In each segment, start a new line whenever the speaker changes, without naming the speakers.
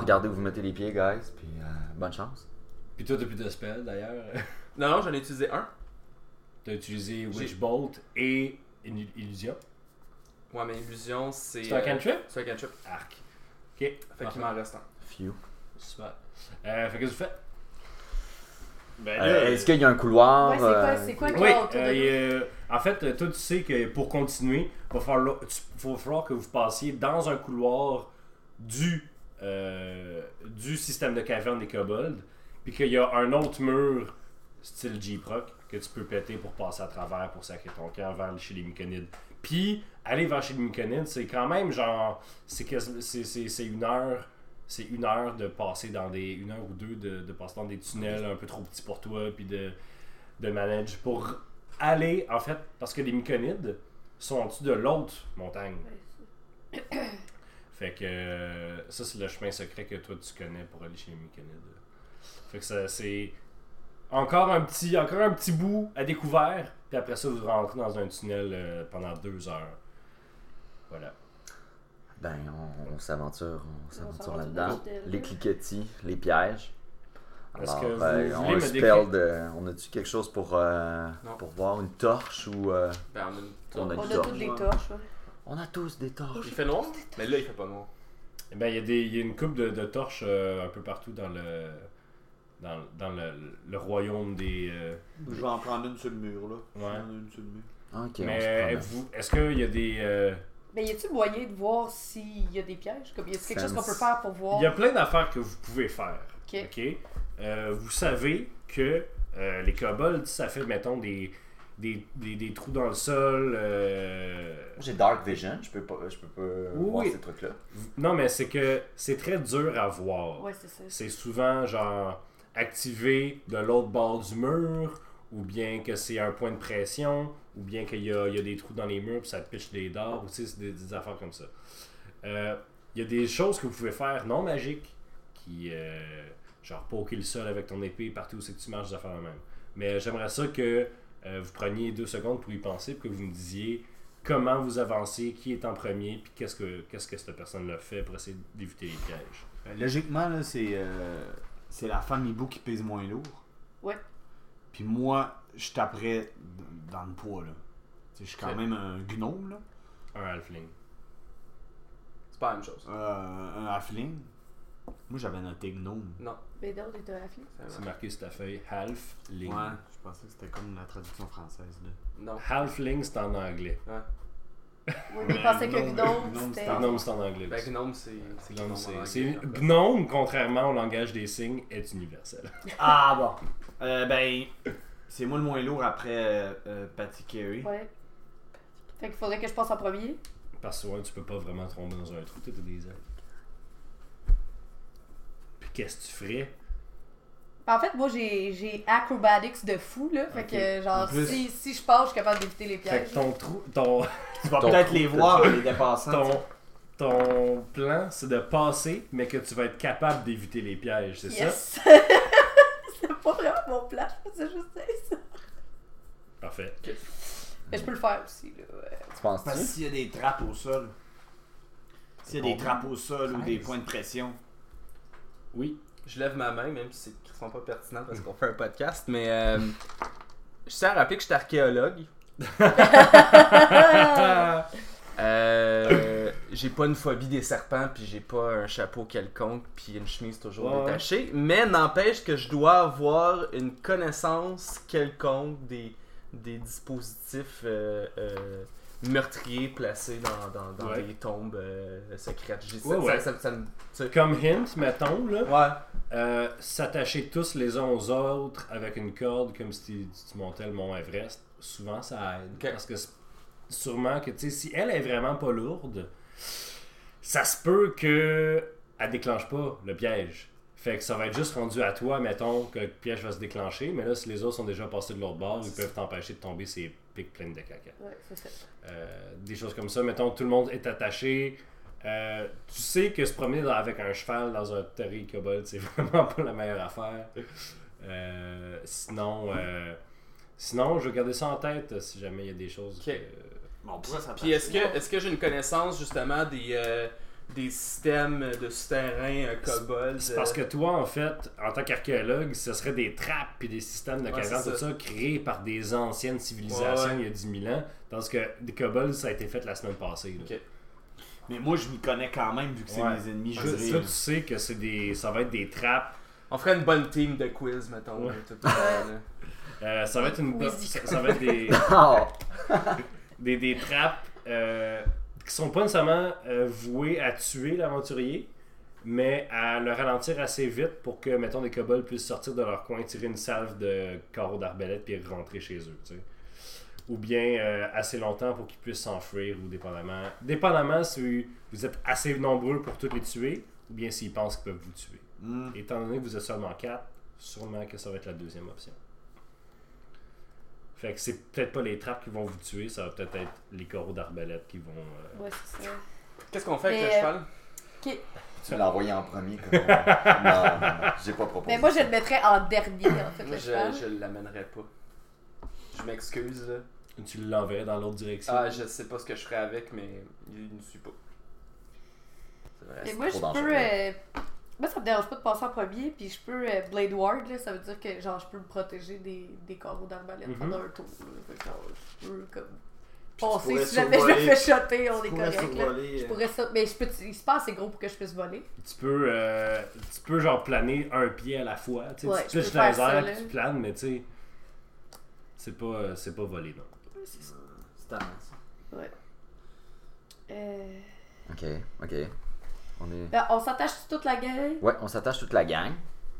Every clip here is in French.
regardez où vous mettez les pieds, guys, puis euh, bonne chance.
Puis toi, t'as plus de spells d'ailleurs.
Non, non, j'en ai utilisé un.
T'as utilisé Witch Bolt et Illu- Illusion.
Ouais, mais illusion, c'est.
C'est un
euh,
cantrip?
C'est un cantrip.
Arc. Ok.
Fait
Parfait.
qu'il m'en reste un.
Phew.
Super. Euh, fait que vous faites Eh
Ben là,
Euh, Est-ce qu'il y a un couloir
Ouais, c'est quoi,
euh,
c'est quoi qu'il
Oui,
y a autour
euh,
de nous?
et, euh, en fait, euh, toi, tu sais que pour continuer, il va falloir, tu- va falloir que vous passiez dans un couloir du, euh, du système de caverne des kobolds, puis qu'il y a un autre mur style J-Proc que tu peux péter pour passer à travers, pour sacrer ton camp vers chez les Myconides. Puis, aller vers chez les Myconides, c'est quand même genre, c'est quasi- c'est- c'est c'est une heure. C'est une heure de passer dans des. une heure ou deux de, de passer dans des tunnels un peu trop petits pour toi, puis de, de manage pour aller, en fait, parce que les Myconides sont en dessous de l'autre montagne. Fait que euh, ça, c'est le chemin secret que toi, tu connais pour aller chez les Myconides. Fait que ça, c'est encore un petit encore un petit bout à découvert, puis après ça, vous rentrez dans un tunnel euh, pendant deux heures. Voilà.
Ben, on, on s'aventure, on s'aventure
s'aventure
là-dedans.
dans le tunnel.
Les cliquetis, les pièges.
Est-ce
Alors,
que vous
euh, on
voulez
a
me
spell
décrire-
de- on a-tu quelque chose pour, euh,
Non.
pour voir une torche ou. euh,
Ben, en une
On a
On
une
a
torche.
toutes des
ouais.
torches. ouais.
On a tous des torches.
Il fait noir? Mais là, il fait pas noir.
Eh ben, il y, a des- il y a une coupe de, de torches euh, un peu partout dans le dans, dans le, le royaume des. euh,
je vais en prendre une sur le mur, là. Je vais en prendre une sur le mur.
Ok, on se
mais euh,
promène.
vous- est-ce qu'il y a des. euh,
Mais y a-tu moyen de voir s'il y a des pièges? Comme y a quelque chose qu'on peut
Sense.
faire pour voir?
Il y a plein d'affaires que vous pouvez faire.
Ok.
Ok? Euh, vous savez que euh, les kobolds, ça fait, mettons, des, des, des- des trous dans le sol. euh,
J'ai Dark Vision, je peux pas, je peux pas
Oui,
voir
oui.
ces trucs-là.
Non, mais c'est que c'est très dur à voir.
Ouais, c'est ça.
C'est souvent, genre, activé de l'autre bord du mur, ou bien que c'est un point de pression, ou bien qu'il y a, il y a des trous dans les murs, puis ça te piche des dards, ou tu sais, c'est des, des affaires comme ça. Euh, Il y a des choses que vous pouvez faire non magiques, qui, euh, genre, poker le sol avec ton épée partout où c'est que tu marches, des affaires de même. Mais j'aimerais ça que euh, vous preniez deux secondes pour y penser, puis que vous me disiez comment vous avancez, qui est en premier, puis qu'est-ce que, qu'est-ce que cette personne-là fait pour essayer d'éviter les pièges.
Euh, Logiquement, là, c'est euh, c'est la femme hibou qui pèse moins lourd.
Ouais.
Puis moi, je taperais d- dans le poids, là. Tu sais, Je suis quand
Ok.
même un gnome, là.
Un halfling.
C'est pas la même chose. hein.
Euh, un halfling. Moi, j'avais noté gnome.
Non.
Mais non, t'es un halfling.
C'est marqué sur ta feuille halfling.
Ouais, je pensais que c'était comme la traduction française, là.
Non.
Halfling, c'est en anglais.
Oui, mais
Ouais,
il pensait que
gnome,
gnome,
gnome,
c'était...
c'est un-
Gnome, c'est en anglais.
Ben,
aussi.
gnome, hein. c'est.
Gnome,
en
c'est-
anglais,
c'est-
en fait.
Gnome, contrairement au langage des signes, est universel.
Ah, bon. Euh, ben, c'est moi le moins lourd après euh, euh, Patty Carey.
Ouais. Fait qu'il faudrait que je passe en premier.
Parce que ouais, tu peux pas vraiment tomber dans un trou, t'es des ailes. Puis qu'est-ce que tu ferais?
Ben, En fait, moi, j'ai j'ai acrobatics de fou, là. Fait
Ok.
que, genre,
En plus-
si, si je passe, je suis capable d'éviter les
Fait
pièges.
que ton trou. Ton,
Tu vas
Ton
peut-être
trou,
les voir, les dépassants.
ton, ton plan, c'est de passer, mais que tu vas être capable d'éviter les pièges, c'est ça?
yes! C'était pas vraiment mon plan, je faisais juste ça.
Parfait.
Mais je peux le faire aussi, là. ouais.
Tu penses-tu?
Parce que s'il y a des trappes au sol. S'il y a des trappes au sol ou des points de pression.
Oui.
Je lève ma main, même si c'est sont pas pertinent parce qu'on fait un podcast, mais. euh, Je tiens à rappeler que je suis archéologue. Euh, j'ai pas une phobie des serpents, puis j'ai pas un chapeau quelconque, puis une chemise toujours
Ouais.
détachée. Mais n'empêche que je dois avoir une connaissance quelconque des, des dispositifs euh, euh, meurtriers placés dans, dans, dans
Ouais.
des tombes euh, secrètes. J'ai-
Ouais, ouais.
Ça, ça- ça me-
Comme hint, mettons, là.
Ouais.
Euh, s'attacher tous les uns aux autres avec une corde comme si tu, tu montais le mont Everest, souvent ça aide.
Ok.
Parce que c'est- sûrement que, tu sais, si elle est vraiment pas lourde, ça se peut que elle déclenche pas le piège. Fait que ça va être juste rendu à toi, mettons, que le piège va se déclencher, mais là, si les autres sont déjà passés de l'autre bord, ils peuvent t'empêcher de tomber ces pics pleines de caca.
Ouais, c'est ça.
Euh, des choses comme ça. Mettons, tout le monde est attaché. Euh, tu sais que se promener dans- avec un cheval dans un terry kobold, c'est vraiment pas la meilleure affaire. Euh, sinon, euh, sinon, je vais garder ça en tête euh, si jamais il y a des choses.
Ok.
que-
Bon, pourquoi ça
Puis est-ce que, est que j'ai une connaissance justement des, euh, des systèmes de souterrains euh, kobold.
C'est parce que toi, en fait, en tant qu'archéologue, ce serait des trappes puis des systèmes de
Ouais,
cavernes,
c'est
tout
ça.
ça, créés par des anciennes civilisations
Ouais, ouais.
il y a 10 000 ans. Tandis que des kobolds, ça a été fait la semaine passée. là.
Ok.
Mais moi, je m'y connais quand même, vu que Ah, c'est
Ouais.
mes ennemis
Je-
jurés.
ça, tu sais que c'est des, ça va être des trappes.
On ferait une bonne team de quiz, mettons.
Ouais.
là, tout le temps, là.
euh, ça va être une,
Oui, dis-
ça, ça va être des,
Oh!
des, des trappes euh, qui sont pas nécessairement euh, vouées à tuer l'aventurier, mais à le ralentir assez vite pour que, mettons, des kobolds puissent sortir de leur coin, tirer une salve de carreau d'arbalète puis rentrer chez eux, tu sais. Ou bien euh, assez longtemps pour qu'ils puissent s'enfuir, ou dépendamment. Dépendamment si vous êtes assez nombreux pour tous les tuer, ou bien s'ils pensent qu'ils peuvent vous tuer.
Hmm.
Étant donné que vous êtes seulement 4, sûrement que ça va être la deuxième option. Fait que c'est peut-être pas les trappes qui vont vous tuer, ça va peut-être être les coraux d'arbalète qui vont. euh,
Ouais, c'est ça.
Qu'est-ce qu'on fait avec
Mais,
le
euh,
cheval
Tu l'as envoyé en premier. comme on- Non, non, non, j'ai pas proposé.
Mais moi, je le mettrais en dernier, en fait,
Moi,
le
je,
cheval.
je l'amènerais pas. Je m'excuse, là.
Tu l'enverrais dans l'autre direction.
Ah, je sais pas ce que je ferais avec, mais il ne suit pas. C'est vrai.
Et moi, je
trop dangereux.
peux. euh, Moi, ça me dérange pas de passer en premier, puis je peux euh, Blade Ward, là, ça veut dire que genre, je peux me protéger des, des carreaux d'arbalète
Mhm.
pendant un tour. là. Fait que, genre, je peux comme.
Mm-hmm. tu pourrais
Passer, si jamais je me
survoler-
fais shotter, on
Tu
est
pourrais
correct. là.
survoler,
Je
euh,
pourrais ça, mais je peux, il se passe assez gros pour que je puisse voler.
Tu peux, euh, tu peux genre planer un pied à la fois. tu sais,
Ouais,
tu
je peux
touches dans les
faire ça,
airs
là.
puis tu planes, mais tu sais. C'est pas, euh, c'est pas volé, non.
C'est talent, ça.
Euh,
Ok, ok. On est.
ben, on s'attache sur toute la gang.
Ouais, on s'attache toute la gang.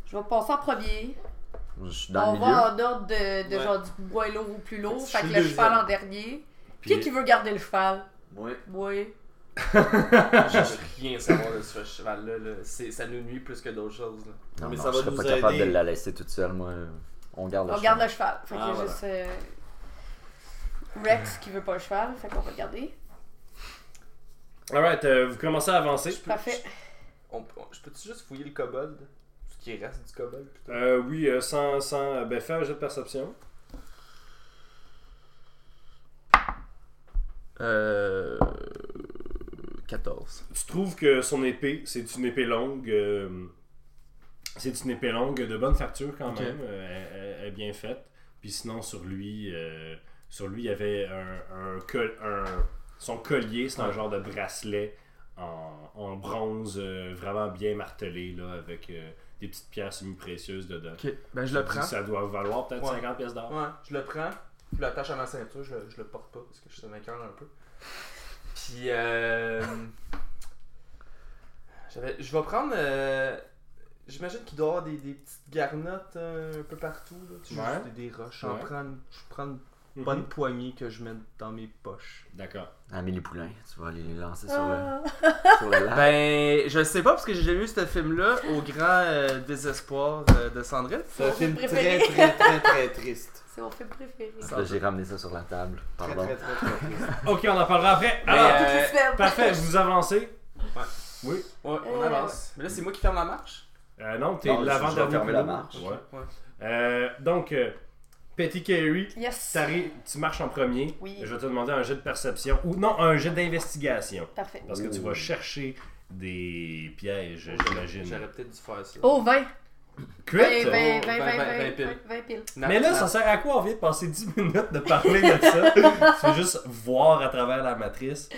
Je vais passer en premier.
Je suis dans
on
le milieu.
va en ordre de, de
Ouais.
genre du moins lourd au plus lourd.
Fait
Fait
que
que
je
le
suis
cheval
deuxième.
en dernier.
Puis-
Qui qui veut garder le cheval?
Ouais.
Moi.
Je veux rien savoir de ce cheval-là. là. C'est- Ça nous nuit plus que d'autres choses. là.
Non,
Mais
non,
ça va
je serais
nous
pas capable de
aider.
la laisser toute seule, moi. On garde le
On
cheval.
garde le cheval. Fait que
Ah,
juste
voilà.
euh, Rex qui veut pas le cheval, fait qu'on va le garder.
Alright, euh, vous commencez à avancer.
Parfait.
On, on- je peux-tu juste fouiller le kobold Ce qui reste du kobold plutôt
Euh, oui, euh, sans, sans. Ben, fais un jeu de perception.
Euh. 14.
tu trouves que son épée, c'est une épée longue. euh, c'est une épée longue de bonne facture quand
Ok.
même. euh, elle- elle- elle est bien faite. Puis sinon, sur lui, euh, sur lui, il y avait un, un col- un- son collier, c'est un genre de bracelet en, en bronze euh, vraiment bien martelé là, avec euh, des petites pierres semi-précieuses dedans.
Ok, ben je le
Tu dis
prends.
que Ça doit valoir peut-être
Ouais.
50 pièces d'or.
Ouais, je le prends, je l'attache à ma ceinture, je, le- je le porte pas parce que je suis un cœur un peu. Puis, euh. j'avais- Je vais prendre. euh, J'imagine qu'il doit y avoir des, des petites garnottes euh, un peu partout. Là. Tu sais,
Ouais.
juste des, des roches. J'en
Ouais.
prends une- je prends une
Mhm.
bonne poignée que je mets dans mes poches.
D'accord.
Amélie Poulain, tu vas aller les lancer sur le,
Ah.
sur le lac.
Ben, je sais pas parce que j'ai vu ce film-là au grand euh, désespoir euh, de Sandrine.
C'est un
Mon
film
film
très,
préféré.
très, très, très triste.
C'est mon film préféré.
Là, j'ai ramené ça sur la table.
Très,
Pardon.
très, très, très triste.
Ok, on en parlera après.
Mais,
Alors,
euh,
Ah, Toutes les semaines.
parfait, vous avancez. Oui.
Ouais, on
Euh,
avance. Mais là, c'est moi qui ferme la marche.
Euh, non, t'es
Non, je-
l'avant
je vais fermer la
dernier.
marche.
Ouais.
Ouais.
Euh, donc, euh, Petit Carey,
Yes.
t'arrives- tu marches en premier.
Oui.
Je vais te demander un jet de perception ou non, un jet d'investigation.
Parfait.
Parce que tu
Ouh.
vas chercher des pièges, j'imagine.
J'aurais peut-être dû faire ça.
Oh, 20. 20,
Crit!
Oh,
20, 20,
vingt,
20,
vingt, vingt
20,
piles.
20 piles.
Mais là, ça sert à quoi? On vient de passer 10 minutes de parler de ça. tu veux juste voir à travers la matrice.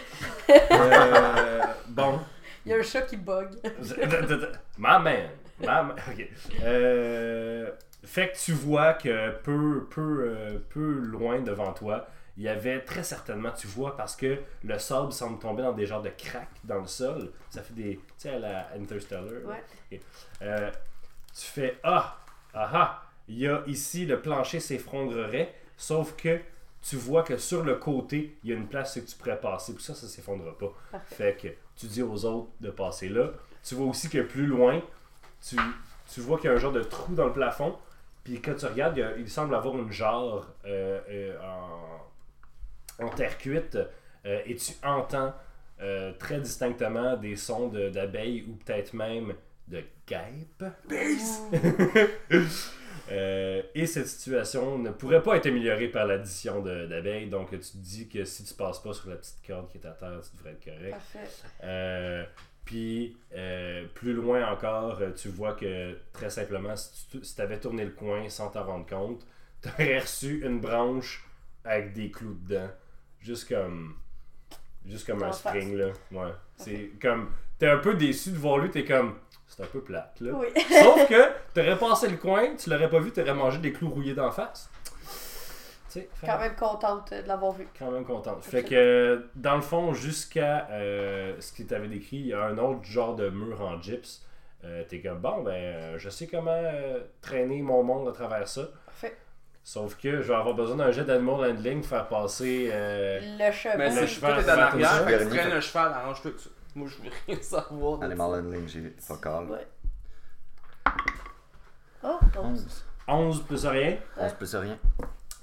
Euh, bon.
Il y a un chat qui bug.
Ma man. Ma man. Ok. Euh, fait que tu vois que peu, peu, euh, peu loin devant toi, il y avait très certainement, tu vois, parce que le sable semble tomber dans des genres de cracks dans le sol. Ça fait des. Tu sais, à la Interstellar.
Ouais.
Ok. Euh, tu fais Ah Ah ah Il y a ici, le plancher s'effondrerait, sauf que. Tu vois que sur le côté, il y a une place que tu pourrais passer. Puis ça, ça s'effondre pas. Fait que tu dis aux autres de passer là. Tu vois aussi que plus loin, tu, tu vois qu'il y a un genre de trou dans le plafond. Puis quand tu regardes, il, y a- il semble avoir une jarre euh, euh, en, en terre cuite. euh, et tu entends euh, très distinctement des sons de- d'abeilles ou peut-être même de guêpes. Euh, et cette situation ne pourrait pas être améliorée par l'addition de- d'abeilles. Donc tu te dis que si tu passes pas sur la petite corde qui est à terre, tu devrais être correct.
Parfait.
Euh, Puis euh, plus loin encore, euh, tu vois que très simplement, si tu si avais tourné le coin sans t'en rendre compte, tu aurais reçu une branche avec des clous dedans. Juste comme. Juste comme un
En face.
spring, là. Ouais. C'est comme. T'es un peu déçu de voir lui, t'es comme. C'est un peu plate, là.
Oui.
Sauf que t'aurais passé le coin, tu l'aurais pas vu, t'aurais mangé des clous rouillés d'en face. Tu sais, fait-
Quand même contente euh, de l'avoir vu.
quand même contente. Fait que, euh, dans le fond, jusqu'à euh, ce qu'il t'avait décrit, il y a un autre genre de mur en gyps. Euh, T'es comme, bon, ben, euh, je sais comment euh, traîner mon monde à travers ça.
Parfait.
Sauf que je vais avoir besoin d'un jet d'animal handling pour faire passer. euh,
Le cheval.
Mais
le
c'est tout
cheval,
est
ça
en
va être
arrière,
aussi
fait que tu
vernis,
traînes
fait-
un cheval, arrange-toi avec ça. Moi, je veux rien savoir. de
Animal
ça.
Handling, j'ai pas call.
Ouais. Oh, 11.
11.
11 plus rien.
On se peut ça rien.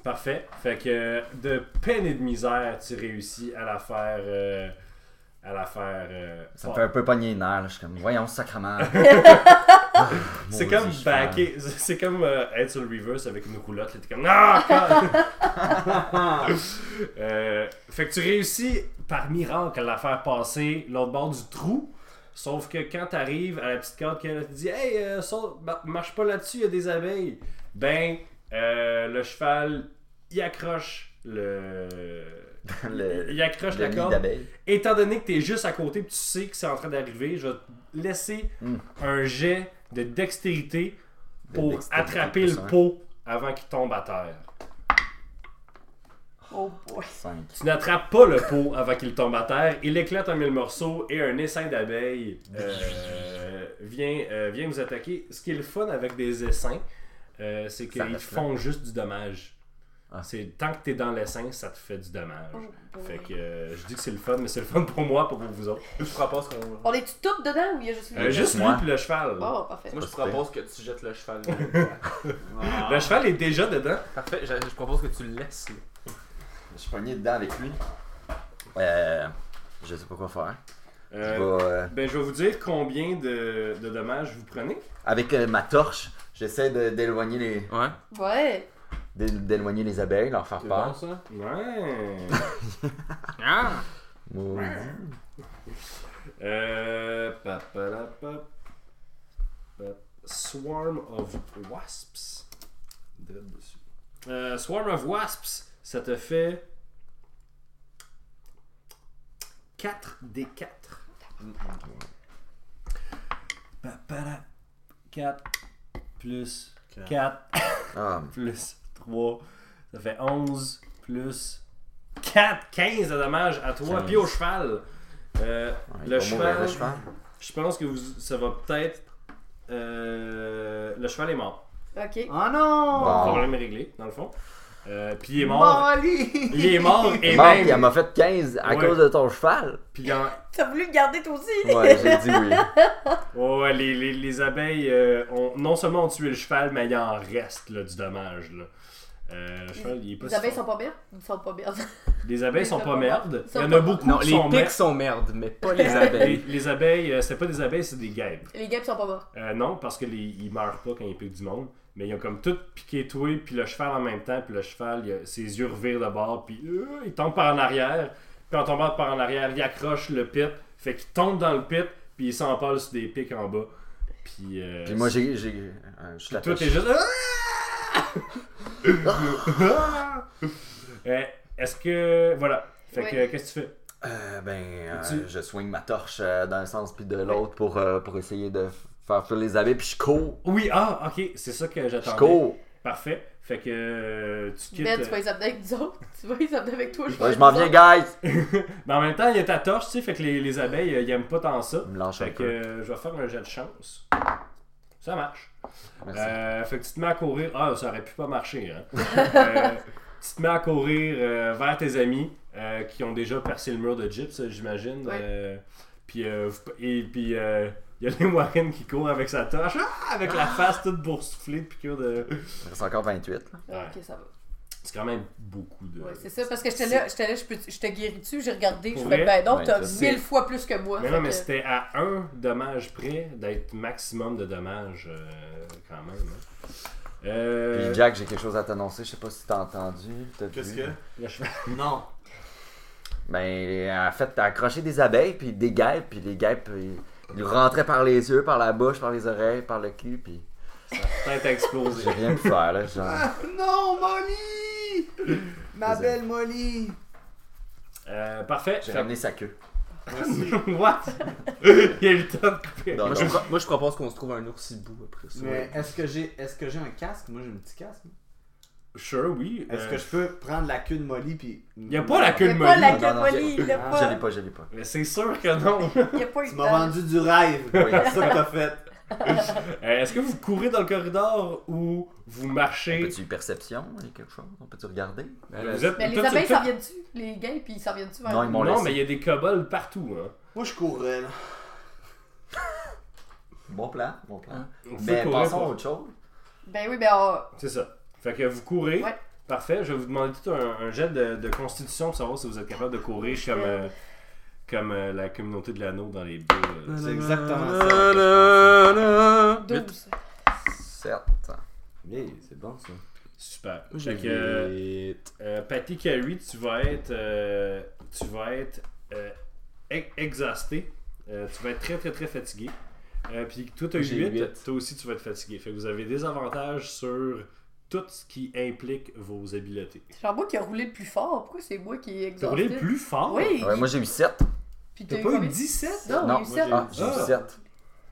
Parfait. Fait que euh, de peine et de misère, tu réussis à la faire. euh, à la faire. euh,
Ça me
pas-
fait un peu pogner les nerfs, là. Je suis comme, voyons, sacrement.
C'est
Maudit
comme
cheval.
backer, c'est comme euh, être sur le reverse avec une roulotte, là, t'es comme Ah! quand- Euh, fait que tu réussis par miracle à la faire passer l'autre bord du trou. Sauf que quand t'arrives à la petite corde qu'elle te dit Hey, euh, saute, ma- marche pas là-dessus, il y a des abeilles. Ben, euh, le cheval y accroche le.
Le-
Il accroche
Le
la
nid
corde.
d'abeille.
Étant donné que tu es juste à côté et tu sais que c'est en train d'arriver, je vais te laisser
Mm.
un jet de dextérité
De
pour
dextérité
attraper
plus
le
un.
pot avant qu'il tombe à terre.
Oh boy.
5.
Tu n'attrapes pas le pot avant qu'il tombe à terre, il éclate en mille morceaux et un essaim d'abeilles euh, vient, euh, vient vous attaquer. Ce qui est le fun avec des essaims, euh, c'est
Ça
qu'ils
reste
font juste du dommage.
Ah.
C'est Tant que tu es dans l'essaim, ça te fait du dommage.
Oh boy.
Fait que euh, je dis que c'est le fun, mais c'est le fun pour moi, pas pour vous autres.
Je propose qu'on.
On est-tu toutes dedans ou il y a juste lui?
Euh, juste lui
Moi.
et le cheval.
Oh, parfait.
Moi, je
Pas
propose que tu jettes le cheval.
Ah.
Le cheval est déjà dedans.
Parfait, je, je propose que tu le laisses. là.
Je suis pogné dedans avec lui. Euh. Je sais pas quoi faire. Je
Euh,
vais, euh,
ben, je vais vous dire combien de, de dommages vous prenez.
avec euh, ma torche, j'essaie de- d'éloigner les,
Ouais.
Ouais.
d'é- d'éloigner les abeilles, leur faire peur.
ça?
Ouais.
Ah!
Maudit.
euh, pa- pa- la- pa- pa- Swarm of Wasps. Direct dessus. Euh, Swarm of Wasps, ça te fait 4 des Mm, 4. 4 plus
Quatre.
4
Ah,
plus 3, ça fait 11 plus 4, 15 de dommages à toi,
15.
puis au cheval. Euh,
ouais, il
le,
va mourir,
cheval
le cheval.
je pense que vous, ça va peut-être. euh, le cheval est mort.
Ok.
Oh non!
Bon.
Le problème est réglé, dans le fond. Euh, puis il est mort. Il est mort et
Marc,
même.
elle m'a fait 15 à
Ouais.
cause de ton cheval.
Puis il en-
T'as voulu le garder toi aussi?
Ouais, j'ai dit oui.
ouais, ouais, les, les- les abeilles, euh, ont, non seulement ont tué le cheval, mais il en reste là, du dommage. Là. Euh, le cheval, il est pas
Les
si
abeilles
fort.
sont pas bien? Ils sont pas bien.
les abeilles sont pas merdes.
Ils sont
Il y en
pas-
a beaucoup
Non,
qui
les
sont
pics
merdes.
sont merde, mais pas les
Les,
abeilles.
les abeilles, euh, c'est pas des abeilles, c'est des guêpes.
Les guêpes sont pas morts.
Euh, non, parce que les, ils meurent pas quand ils piquent du monde. Mais ils ont comme tout piqué toi, puis le cheval en même temps, puis le cheval, il a- ses yeux revirent de bord, puis euh, il tombe par en arrière. Puis en tombant par en arrière, il accroche le pit, fait qu'il tombe dans le pit, puis il s'empale sur des pics en bas. Puis, euh,
Puis moi, j'ai. j'ai euh, je suis la
toi, t'es
pêche.
juste. Ah! Euh, Est-ce que. Voilà. Fait que,
Ouais.
euh, qu'est-ce que tu fais?
Euh, ben, euh,
Tu-
je swing ma torche euh, d'un sens puis de l'autre pour, euh, pour essayer de f- faire fuir les abeilles. Puis je cours.
Oui, ah, ok, c'est ça que
Je
j'attendais.
cours.
Parfait. Fait que euh, tu quittes.
Ben, tu vas les amener avec nous autres. Tu vas les amener avec toi.
Ouais,
vais
je m'en
avec
viens,
nous
guys.
Mais en même temps, il y a ta torche, tu sais, fait que les, les abeilles, euh, ils aiment pas tant ça.
Il me lâche un
Fait que
peu.
euh, je vais faire un jet de chance. Ça marche.
Merci.
Euh, fait que tu te mets à courir. Ah, ça aurait pu pas marcher. Hein. Euh, tu te mets à courir euh, vers tes amis euh, qui ont déjà percé le mur de gyps, euh, j'imagine.
Ouais.
Euh, puis euh, vous- et puis euh, il y a les Warren qui courent avec sa torche, Ah! avec la face toute boursouflée, puis qui ont de.
Il reste encore 28. là.
autres. Ok, ça va.
C'est quand même beaucoup de.
Ouais, c'est ça, parce que j'étais là, j'étais là, je, peux, je te guéris-tu, j'ai regardé, je
Pour
fais,
vrai?
ben non,
Ouais,
t'as
ça, c'est-
mille fois plus que moi.
Mais
fait
non, mais
que-
c'était à un dommage près d'être maximum de dommages euh, quand même. hein. Euh,
Puis Jack, j'ai quelque chose à t'annoncer. Je sais pas si t'as entendu. t'as
Qu'est-ce
vu.
que?
le cheval-
Ah, Non.
Ben, en fait, t'as accroché des abeilles, puis des guêpes, puis les guêpes, ils, Il rentrait par les yeux, par la bouche, par les oreilles, par le cul, puis
Tête explosée.
j'ai rien pu faire, là. Genre,
non, Molly! Ma belle Molly!
Euh, parfait.
j'ai
Fait-
ramené sa queue.
What? Il y a eu le temps de couper.
Non, non.
Moi, je, pro- moi, je propose qu'on se trouve un ours hibou après ça.
Mais est-ce que j'ai est-ce que j'ai un casque? Moi j'ai un petit casque.
Sure, oui.
Est-ce
euh,
que je peux prendre la queue de Molly puis.
Y a pas la
Il
queue
n'y
de
a pas
Molly.
la
Non,
queue de
non,
Molly, il n'y a
Ah,
Je
pas.
l'ai pas, je l'ai pas.
Mais c'est sûr que non.
Il n'y a pas eu
Tu
de
m'as
temps.
vendu du rêve!
Oui.
C'est ça que t'as fait!
Euh, Est-ce que vous courez dans le corridor ou vous
On
marchez?
peut-tu perception, il y a quelque chose? On peut-tu regarder?
Vous êtes
Mais les
tout-
abeilles
tout-
s'en viennent-tu Les gays, puis ils s'en hein. viennent-tu vers
Non, ils
nous?
m'ont
Non,
laissé.
mais il y a des kobolds partout. Hein.
Moi je courais là.
Bon plan, bon plan.
Vous
Mais
courez
passons à
pas.
autre chose.
Ben oui, ben on-
C'est ça. Fait que vous courez.
Ouais.
Parfait. Je vais vous demander tout un, un jet de, de constitution pour savoir si vous êtes capable de courir comme, euh, comme euh, la communauté de l'anneau dans les deux. euh.
C'est exactement
ça.
ça.
12.
7.
Mais c'est bon ça.
Super. Fait
J'ai
que, euh, euh, Patty Carey, tu vas être, euh, tu vas être euh, ex- exhausté. Euh, tu vas être très, très, très fatigué. Euh, Puis toi, tu as
J'ai
8,
huit.
Toi aussi, tu vas être fatigué. Fait que vous avez des avantages sur tout ce qui implique vos habiletés.
C'est genre moi qui a roulé le plus fort. Pourquoi c'est moi qui est
Tu
exhausté?
roulé plus fort?
Oui.
Ouais, moi j'ai eu 7.
Puis
T'as
eu
pas eu
combien?
17?
Non,
Non,
il y a eu
moi,
sept.
Ah, j'ai eu
Ah.
7.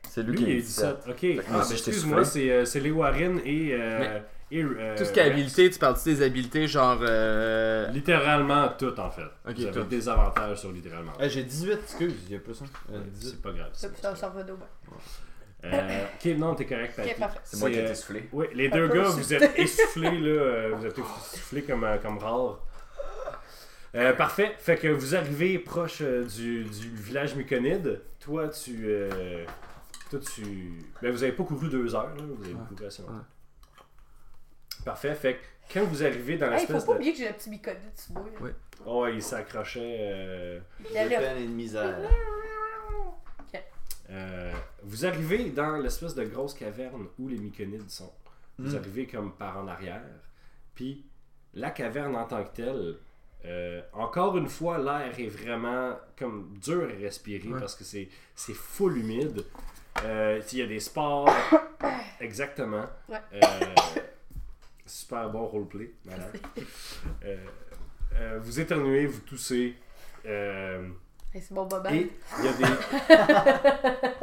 C'est lui,
Lui,
qui
il
a
a
eu
eu 17.
17.
Ok.
que
Ah,
moi
ben,
aussi, j'étais
excuse-moi,
soufflé.
c'est, euh, c'est les Warren et. euh, et, euh,
Tout ce qui est
Rex.
habilité, tu parles des habilités genre. euh,
Littéralement tout, en fait.
Ok,
Vous avez
tout.
des avantages sur littéralement.
Euh, j'ai 18, excuse, il y a plus ça. Euh,
Ouais,
18.
C'est pas grave.
Ah. Ça,
c'est-
puis ça, ça revenait au bas.
Euh, ok, non, t'es correct, Patty.
Ok, parfait.
C'est moi qui ai
euh,
été soufflé.
Oui, les
Un
deux
peu
gars, vous
insulté.
êtes essoufflés, là. euh, Vous êtes essoufflés comme, euh, comme rare. Euh, parfait. Fait que vous arrivez proche euh, du, du village Myconide. Toi, tu. euh, toi, tu. Ben, vous avez pas couru deux heures, là. Vous avez
Ouais,
couru assez longtemps.
ouais.
Parfait. Fait que quand vous arrivez dans
Hey, faut
l'espèce
pas
de.
oublier que j'ai le petit bicodet dessus moi.
Ouais.
Oh, il s'accrochait. euh,
Il y
De
allait.
peine et de misère.
euh, vous arrivez dans l'espèce de grosse caverne où les Myconides sont. Vous
Mm.
arrivez comme par en arrière. Puis la caverne en tant que telle, euh, encore une fois, l'air est vraiment comme dur à respirer
Ouais.
parce que c'est c'est full humide. Euh, Il y a des spores. Exactement.
Ouais.
Euh, super bon roleplay. madame. Euh, euh, vous éternuez, vous toussez. euh,
Hey, C'est mon boban.
et il y a des.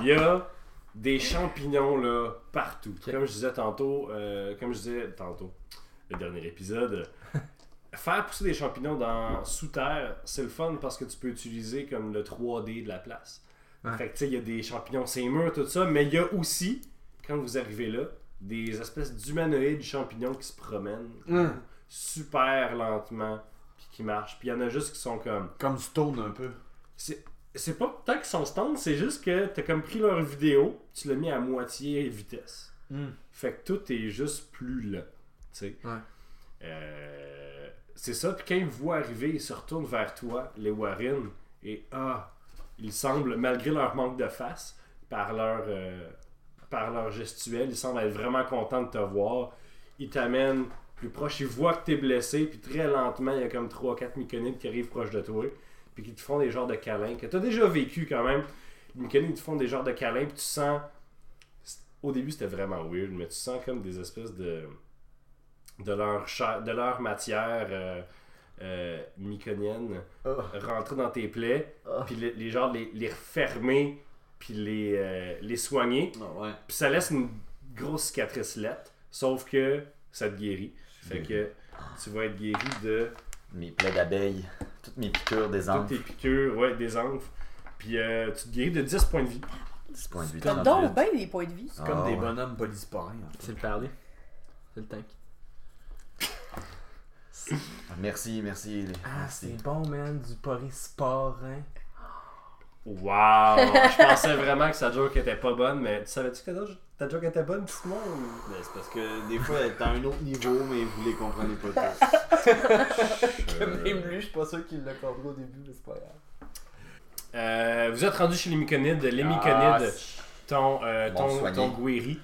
Il y a des champignons là partout. Comme je disais tantôt, euh, comme je disais tantôt, le dernier épisode. Faire pousser des champignons dans sous terre, c'est le fun parce que tu peux utiliser comme le 3D de la place.
Ouais.
Fait que tu sais, il y a des champignons, c'est mûr, tout ça, mais il y a aussi, quand vous arrivez là, des espèces d'humanoïdes champignons qui se promènent
Hum,
super lentement, puis qui marchent. Puis il y en a juste qui sont comme
Comme Stone un peu.
c'est c'est pas tant qu'ils sont stand, c'est juste que t'as comme pris leur vidéo, tu l'as mis à moitié vitesse.
Mm.
Fait que tout est juste plus lent. Tu sais.
Ouais.
Euh, c'est ça, puis quand ils vous voient arriver, ils se retournent vers toi, les Warren, et ah, ils semblent, malgré leur manque de face, par leur, euh, par leur gestuelle, ils semblent être vraiment contents de te voir. Ils t'amènent plus proche, ils voient que t'es blessé, puis très lentement, il y a comme 3-4 myconides qui arrivent proche de toi puis qui te font des genres de câlins que t'as déjà vécu quand même. Une canine, ils te font des genres de câlins, puis tu sens. c'est- Au début, c'était vraiment weird, mais tu sens comme des espèces de. de leur, chair- de leur matière euh, euh, myconienne
Oh.
rentrer dans tes plaies,
Ah.
puis les, les genres les, les refermer, puis les, euh, les soigner.
Non, Ah, ouais.
Puis ça laisse une grosse cicatrice lettre, sauf que ça te guérit. Fait que tu vas être guéri de
Mes plaies d'abeilles, toutes mes piqûres des
toutes
angles,
tes piqûres, ouais, des anges. Puis euh, tu te guéris de 10 points de vie.
10.8
T'as donc
ben.
bien des points de vie.
C'est Ah, comme des
bonnes.
bonhommes polysporins. en fait.
C'est le parler. C'est le tank.
Merci, merci. les-
Ah, c'est
Merci.
bon, man, du porisport, hein.
Wow! Je pensais vraiment que sa joke était pas bonne, mais tu savais-tu que ta joke- ta joke était bonne, Simon? ou-
Ben, c'est parce que des fois, elle est à un autre niveau, mais vous les comprenez pas tous.
Même lui, je suis pas sûr qu'il l'a compris au début, mais c'est pas grave.
Euh, vous êtes rendu chez les Myconides. Les Myconides t'ont euh,
Ils
t'ont-
m'ont soigné.
t'ont guéri.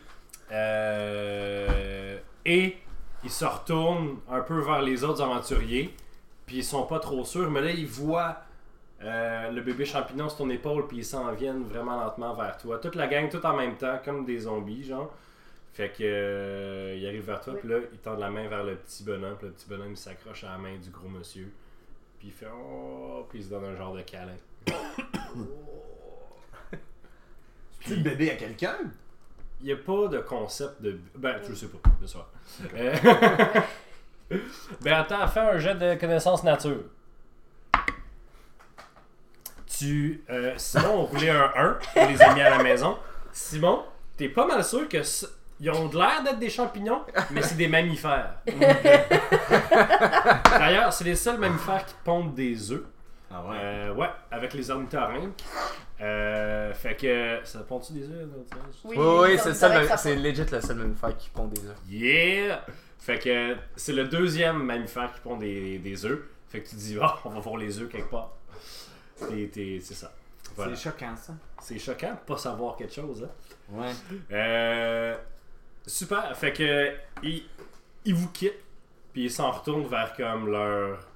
Euh, et ils se retournent un peu vers les autres aventuriers. Puis ils sont pas trop sûrs, mais là ils voient euh, Euh, le bébé champignon sur ton épaule, puis ils s'en viennent vraiment lentement vers toi. Toute la gang, tout en même temps, comme des zombies, genre. Fait que euh, ils arrivent vers toi,
Oui.
puis là, ils tendent la main vers le petit bonhomme, puis le petit bonhomme il s'accroche à la main du gros monsieur, puis il fait oh, puis il se donne un genre de câlin.
Tu le bébé à quelqu'un?
Il n'y a pas de concept de. Ben, je sais pas, de soir. Euh, ben, attends, fais un jet de connaissance nature. Tu. euh, Simon, on roulait un 1 pour les amis à la maison. Simon, t'es pas mal sûr que. ce- Ils ont de l'air d'être des champignons, mais c'est des mammifères. D'ailleurs, c'est les seuls mammifères qui pondent des œufs.
Ah
Euh, ouais, avec les ornithorynques. Euh, fait que. Ça pond-tu des œufs? là, tu sais?
Oui,
Oui, oui,
ça
c'est
me
le seul
paraît
mammif-
que ça
c'est legit le seul mammifère qui pond des œufs.
Yeah! Fait que c'est le deuxième mammifère qui pond des, des œufs. Fait que tu dis, Ah, on va voir les œufs quelque part. T'es- t'es- c'est ça. Voilà.
C'est choquant ça.
C'est choquant de pas savoir quelque chose. Hein?
Ouais.
Euh, super. Fait que ils, ils vous quittent, puis ils s'en retournent vers comme leur,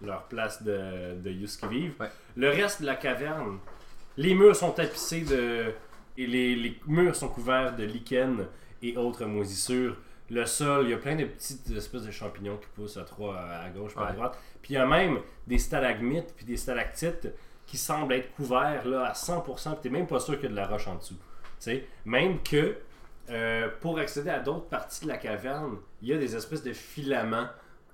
leur place de, de Yus qui vivent.
Ouais.
Le reste de la caverne, les murs sont tapissés de. Et les, les murs sont couverts de lichens et autres moisissures. Le sol, il y a plein de petites espèces de champignons qui poussent à trois à à gauche, puis à
Ouais.
droite. Puis il y a même des stalagmites puis des stalactites qui semblent être couverts là, à 100%. Puis t'es même pas sûr qu'il y a de la roche en dessous. Tu sais, même que euh, pour accéder à d'autres parties de la caverne, il y a des espèces de filaments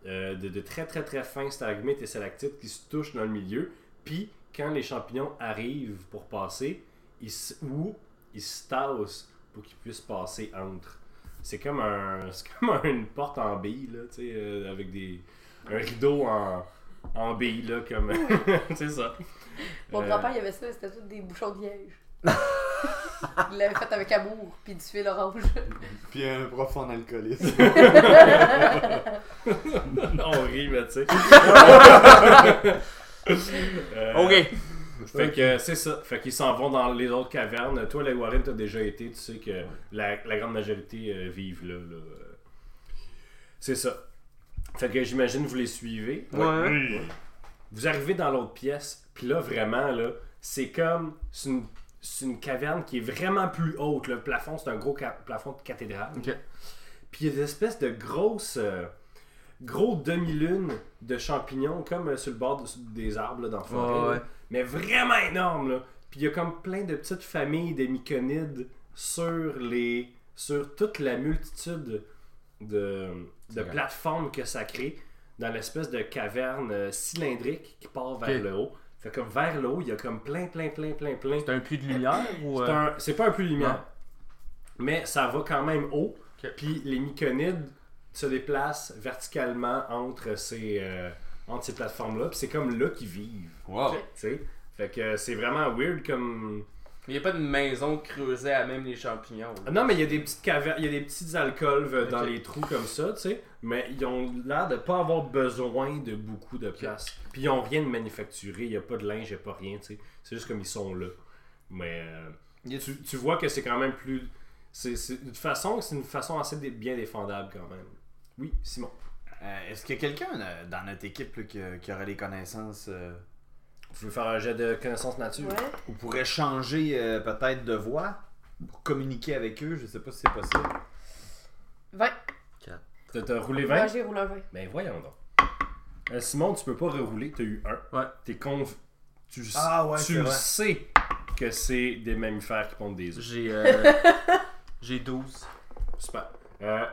euh, de, de très très très fins stalagmites et stalactites qui se touchent dans le milieu. Puis quand les champignons arrivent pour passer, ils se, ou ils se tassent pour qu'ils puissent passer entre. C'est comme un, c'est comme une porte en bille là, tu sais, euh, avec des un rideau en en bille là comme, c'est ça.
Mon
Euh,
grand-père, il avait ça, c'était tout des bouchons de liège. il l'avait fait avec amour, puis du fil orange.
Puis un profond alcoolisme.
On rit, mais tu sais. Euh,
Ok.
Fait que c'est ça. Fait qu'ils s'en vont dans les autres cavernes. Toi, la Warren, t'as déjà été. Tu sais que la, la grande majorité euh, vivent là. là. C'est ça. Fait que j'imagine vous les suivez.
Ouais.
Vous arrivez dans l'autre pièce, puis là, vraiment, là, c'est comme. C'est une, c'est une caverne qui est vraiment plus haute. Le plafond, c'est un gros ca- plafond de cathédrale.
Ok.
Puis il y a des espèces de grosses. euh, gros demi-lunes de champignons, comme euh, sur le bord de- des arbres, là, dans la forêt.
Ouais,
là.
ouais.
Mais vraiment énorme, là. Puis il y a comme plein de petites familles de myconides sur les. sur toute la multitude de, de
vrai.
plateformes que ça crée dans l'espèce de caverne euh, cylindrique qui part vers
Ok.
le haut. Fait comme vers le haut, il y a comme plein, plein, plein, plein, plein.
C'est un puits de lumière ou.
C'est
euh,
un- C'est pas un puits de
Non.
lumière. Mais ça va quand même haut.
Ok.
Puis les myconides se déplacent verticalement entre ces, euh, entre ces plateformes-là. Puis c'est comme là qu'ils vivent.
Wow.
Tu sais? Fait que c'est vraiment weird comme.
Il n'y a pas de maison creusée à même les champignons. là.
Ah Non, mais il y a des petites cavernes, il y a des petites alcôves euh, dans
Ok.
les trous comme ça, tu sais. Mais ils ont l'air de pas avoir besoin de beaucoup de place. Puis ils ont rien de manufacturé, il y a pas de linge, il a pas rien, tu sais. C'est juste comme ils sont là. Mais euh,
Y a-
tu, tu vois que c'est quand même plus. C'est c'est une façon, c'est une façon assez dé- bien défendable quand même. Oui, Simon.
Euh, Est-ce qu'il y a quelqu'un euh, dans notre équipe là, qui, euh, qui aurait des connaissances euh,
Tu veux faire un jet de connaissance nature
Ouais.
ou pourrait changer euh, peut-être de voix pour communiquer avec eux? Je sais pas si c'est possible.
20.
T'as- T'as roulé 20
Moi, j'ai roulé un 20.
Ben voyons donc. Euh, Simon, tu peux pas rerouler, t'as eu un.
Ouais.
T'es conv... Tu, le
Ah ouais,
tu
c'est
le
vrai.
sais que c'est des mammifères qui pondent des œufs.
J'ai. euh, J'ai 12.
Super. Euh,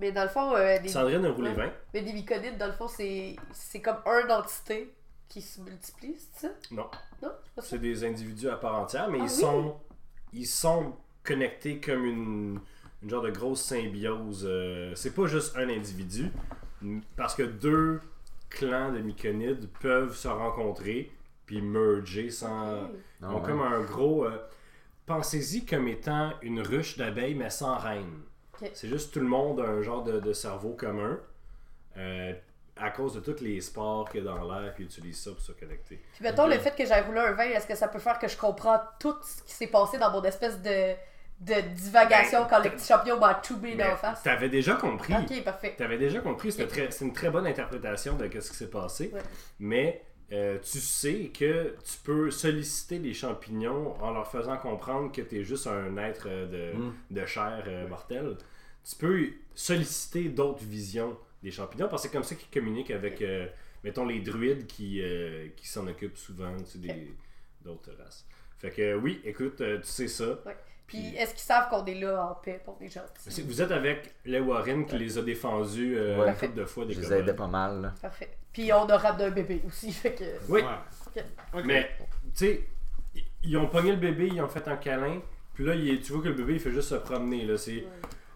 Mais dans le fond, euh, des,
Sandrine a roulé
Ouais.
20.
mais des myconides, dans le fond, c'est c'est comme un d'entité qui se multiplie, c'est ça?
Non.
Non, c'est pas ça.
C'est des individus à part entière, mais
Ah
ils
oui?
sont ils sont connectés comme une, une genre de grosse symbiose. euh, c'est pas juste un individu, m- parce que deux clans de myconides peuvent se rencontrer puis merger sans.
Ok.
Ils ont comme un gros. euh, Pensez-y comme étant une ruche d'abeilles, mais sans reine.
Ok.
C'est juste tout le monde a un genre de, de cerveau commun. euh, à cause de tous les sports qu'il y a dans l'air, puis ils utilisent ça pour se connecter.
Puis mettons, le
Ok.
fait que j'aille roulé un 20, est-ce que ça peut faire que je comprends tout ce qui s'est passé dans mon espèce de, de divagation
Ben,
quand le petit champignon m'a toubé
Mais
d'en face?
T'avais déjà compris.
Ok, parfait.
T'avais déjà compris. c'était très- C'est une très bonne interprétation de ce qui s'est passé.
Ouais.
Mais euh, tu sais que tu peux solliciter les champignons en leur faisant comprendre que tu es juste un être euh, de,
Mm.
de chair euh, mortelle. Tu peux solliciter d'autres visions des champignons parce que c'est comme ça qu'ils communiquent avec, euh, mettons, les druides qui, euh, qui s'en occupent souvent tu sais, des- d'autres races. Fait que euh, oui, écoute, euh, tu sais ça.
Puis est-ce qu'ils savent qu'on est là en paix pour des gens?
Ben, C'est- Vous êtes avec les Warren qui les a défendus euh,
Ouais.
une couple de fois. Des
Je les
kobolds.
aidais pas mal. là.
Parfait. Puis on a rap d'un bébé aussi, fait que.
Oui.
Ouais. Ok.
Mais, tu sais, i- ils ont pogné le bébé, ils ont fait un câlin. Puis là, il est- tu vois que le bébé, il fait juste se promener. Là. C'est,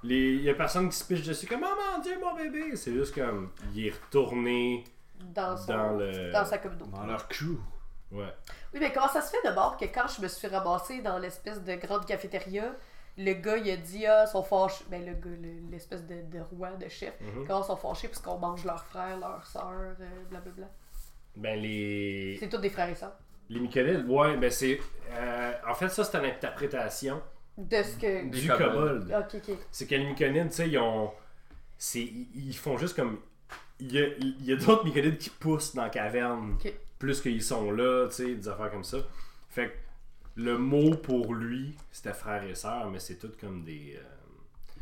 les, il y a personne qui se piche dessus comme « Oh mon Dieu, mon bébé! » C'est juste comme, il est retourné
Dans, son-
dans le...
dans sa communauté.
Dans leur crew.
Ouais.
Oui, mais comment ça se fait de bord que quand je me suis ramassée dans l'espèce de grande cafétéria, le gars il a dit Ah, ils sont fâchés. Ben, le gars, le- l'espèce de, de roi, de chef,
Mhm.
quand ils sont fâchés parce qu'on mange leurs frères, leurs sœurs, euh, blablabla.
Ben, les...
C'est tous des frères et sœurs.
Les Michaelides, ouais, ben c'est... euh, en fait, ça, c'est une interprétation
De ce que.
Des
du
kobolds.
kobold.
Ok, ok.
C'est que les Myconides, tu sais, ils ont. c'est- Ils ils font juste comme. Il y a, il y a d'autres Myconides qui poussent dans la caverne.
Ok.
Plus qu'ils sont là, tu sais, des affaires comme ça. Fait que le mot pour lui, c'était frère et sœur, mais c'est tout comme des. euh,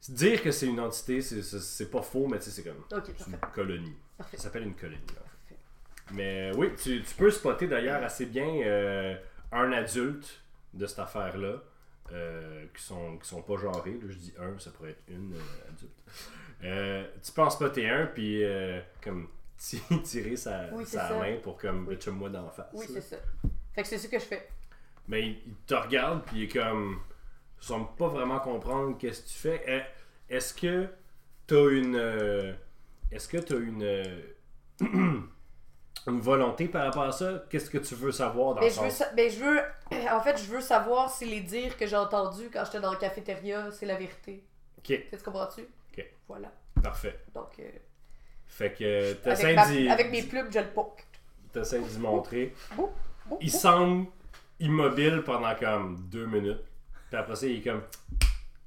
se Dire que c'est une entité, c'est- c'est c'est pas faux, mais tu sais, c'est comme.
Ok,
C'est une
parfait.
colonie.
Parfait.
Ça s'appelle une colonie. en fait. Mais euh, oui, tu, tu peux spotter d'ailleurs assez bien euh, un adulte de cette affaire-là, euh, qui, sont, qui sont pas genrés. Là, je dis un, ça pourrait être une euh, adulte. Euh, tu peux en spotter un, puis euh, comme ti- tirer sa,
Oui, c'est
sa
ça.
main pour comme
Oui.
le moi d'en face.
Oui,
là.
c'est ça. Fait que c'est ça que je fais.
Mais il, il te regarde, puis il est comme. Il semble pas vraiment comprendre qu'est-ce que tu fais. Euh, Est-ce que t'as une. euh, Est-ce que t'as une. euh, une volonté par rapport à ça Qu'est-ce que tu veux savoir dans
Mais
le
Ben, je, veux
sens
sa- mais je veux. En fait, je veux savoir si les dires que j'ai entendus quand j'étais dans la cafétéria, c'est la vérité.
Ok,
Tu comprends-tu?
Ok.
Voilà.
parfait.
Donc, euh,
Fait que
avec,
t'essaies
ma-
d'y-
avec mes plumes, je le poke.
t'essaies d'y montrer.
Ouh,
Il
ouh.
semble immobile pendant comme deux minutes. Puis après ça, il est comme.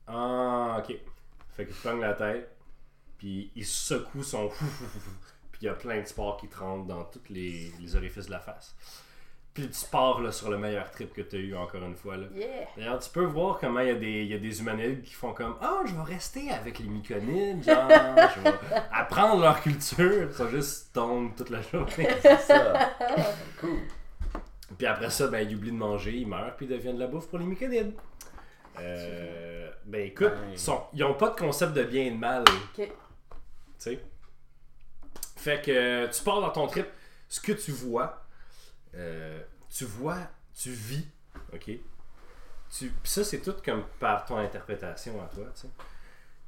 Ah, ok. Fait qu'il pogne la tête. Puis il secoue son. Puis il y a plein de spores qui te rentrent dans tous les, les orifices de la face. Puis tu pars là, sur le meilleur trip que tu as eu encore une fois. Là.
Yeah!
D'ailleurs, tu peux voir comment il y, a des- il y a des humanoïdes qui font comme Ah, je vais rester avec les myconides, genre, je vais apprendre leur culture. Ça juste tombe toute la journée.
C'est ça. cool.
Puis après ça, ben, il oublie de manger, il meurt, puis il devient de la bouffe pour les myconides. Euh, ben écoute,
Ben.
ils sont- ils ont pas de concept de bien et de mal.
Ok.
Tu sais. Fait que euh, tu pars dans ton trip, ce que tu vois, euh, tu vois, tu vis, ok? Tu, pis ça, c'est tout comme par ton interprétation à toi, tu sais.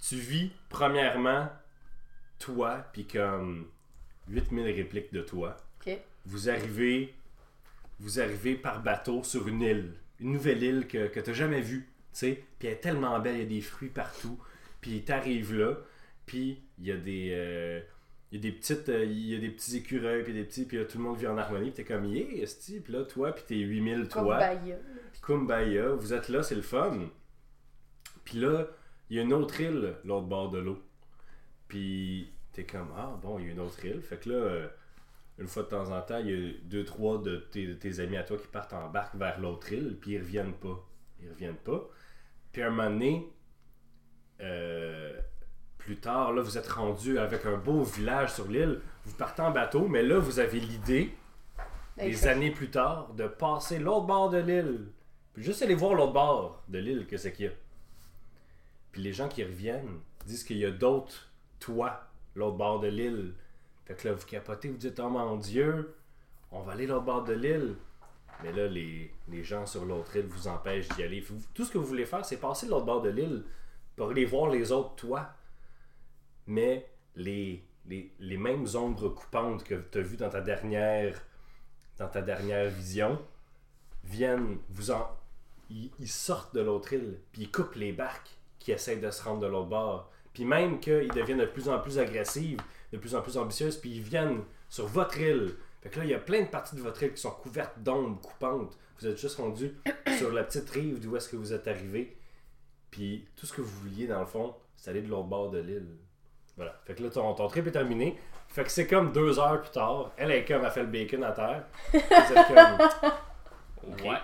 Tu vis, premièrement, toi, puis comme 8000 répliques de toi.
Ok.
Vous arrivez, vous arrivez par bateau sur une île, une nouvelle île que, que t'as jamais vue, tu sais. Puis elle est tellement belle, il y a des fruits partout. Puis t'arrives là, puis il y a des... euh, il y a des petites euh, il y a des petits écureuils puis des petits puis là, tout le monde vit en harmonie puis t'es comme yeah esti puis là toi puis t'es 8000
Comme
toi
Baïa.
puis kumbaya vous êtes là c'est le fun puis là il y a une autre île l'autre bord de l'eau puis t'es comme ah bon il y a une autre île fait que là euh, une fois de temps en temps il y a deux trois de tes, tes amis à toi qui partent en barque vers l'autre île puis ils reviennent pas ils reviennent pas puis à un moment donné euh, plus tard, là, vous êtes rendu avec un beau village sur l'île, vous partez en bateau, mais là, vous avez l'idée,
Hey,
des
fait-
années plus tard, de passer l'autre bord de l'île. Puis juste aller voir l'autre bord de l'île, que c'est qu'il y a. Puis les gens qui reviennent disent qu'il y a d'autres toits, l'autre bord de l'île. Fait que là, vous capotez, vous dites, oh mon Dieu, on va aller l'autre bord de l'île. Mais là, les, les gens sur l'autre île vous empêchent d'y aller. Vous- tout ce que vous voulez faire, c'est passer de l'autre bord de l'île pour aller voir les autres toits. Mais les, les, les mêmes ombres coupantes que tu as vues dans ta dernière, dans ta dernière vision viennent vous en. Ils, ils sortent de l'autre île, puis ils coupent les barques qui essayent de se rendre de l'autre bord. Puis même qu'ils deviennent de plus en plus agressifs, de plus en plus ambitieuses, puis ils viennent sur votre île. Fait que là, il y a plein de parties de votre île qui sont couvertes d'ombres coupantes. Vous êtes juste rendu sur la petite rive d'où est-ce que vous êtes arrivé. Puis tout ce que vous vouliez, dans le fond, c'est aller de l'autre bord de l'île. Voilà. Fait que là, ton, ton trip est terminé. Fait que c'est comme deux heures plus tard. Elle est comme, elle fait le bacon à terre. Vous êtes comme. Ouais.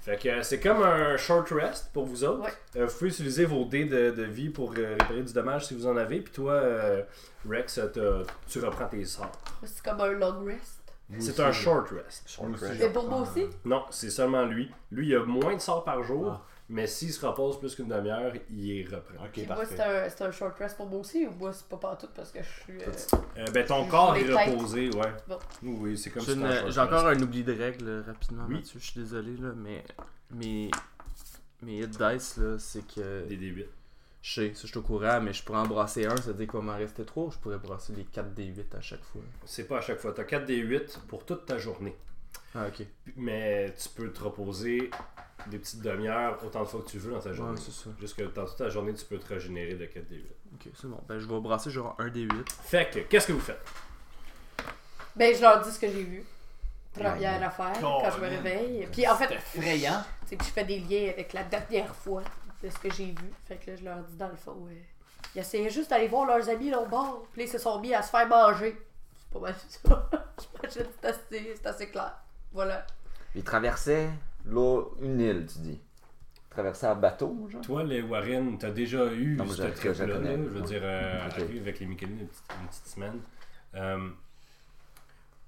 Fait que euh, c'est comme un short rest pour vous autres.
Ouais.
Euh, vous pouvez utiliser vos dés de, de vie pour euh, réparer du dommage si vous en avez. Puis toi, euh, Rex, euh, t'as- tu reprends tes sorts.
C'est comme un long rest.
C'est un short rest.
Short
Aussi.
rest.
C'est pour moi aussi?
Non, c'est seulement lui. Lui, il a moins de sorts par jour,
Ah.
mais s'il se repose plus qu'une demi-heure, il les reprend.
Ok,
Puis moi,
parfait.
c'est un, c'est un short rest pour moi aussi ou moi, c'est pas partout parce que je suis. euh,
Euh, ben, ton
Je
corps
vais
est
les têtes.
reposé, ouais.
Bon.
Oui, oui, c'est comme
J'ai
si
une-
c'était un short
j'ai encore
rest.
un oubli de règle rapidement,
Oui.
Mathieu. Je suis désolé, là, mais mes, mes hit dice, là, c'est que.
des débuts.
Je sais, ça, je suis au courant, mais je pourrais en brasser un, ça veut dire qu'il va m'en rester trois. Je pourrais brasser les 4 des 8 à chaque fois.
C'est pas à chaque fois. T'as 4 des 8 pour toute ta journée.
Ah, ok.
Mais tu peux te reposer des petites demi-heures autant de fois que tu veux dans ta
Ouais,
journée.
c'est ça.
Jusque dans toute ta journée, tu peux te régénérer de 4 des 8.
Ok, c'est bon. Ben, je vais brasser genre un des 8.
Fait que, qu'est-ce que vous faites?
Ben, je leur dis ce que j'ai vu. Première
Ouais.
affaire,
Oh,
quand je me
man.
réveille. Puis en fait,
C'est effrayant.
tu sais, puis je fais des liens avec la dernière fois de ce que j'ai vu. Fait que là, je leur dis dans le fond, ouais. Ils essayaient juste d'aller voir leurs amis là au bord. Puis là, ils se sont mis à se faire manger. C'est pas mal ça. J'imagine que c'est assez, c'est assez clair. Voilà.
Il traversait l'eau, une île, tu dis. Traversait en bateau, genre.
Toi, les Warren, t'as déjà eu
Non, moi,
ce
je- je
trip-là,
connais.
là, je veux
Ouais.
dire, euh,
Ok.
arrivé avec les mécanismes une petite, une petite semaine. Euh,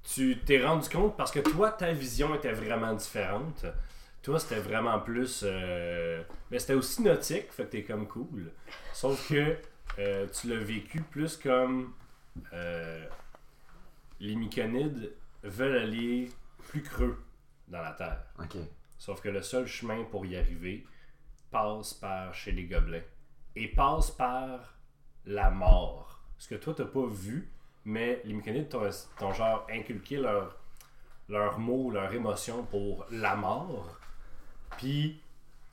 tu t'es rendu compte parce que toi, ta vision était vraiment différente. Toi, c'était vraiment plus. euh, mais c'était aussi nautique, fait que t'es comme cool. Sauf que euh, tu l'as vécu plus comme. euh, les Myconides veulent aller plus creux dans la terre.
Ok.
Sauf que le seul chemin pour y arriver passe par chez les gobelins. Et passe par la mort. Ce que toi, t'as pas vu, mais les mécaniques t'ont t'ont genre inculqué leur, leurs mots, leur émotion pour la mort. Puis,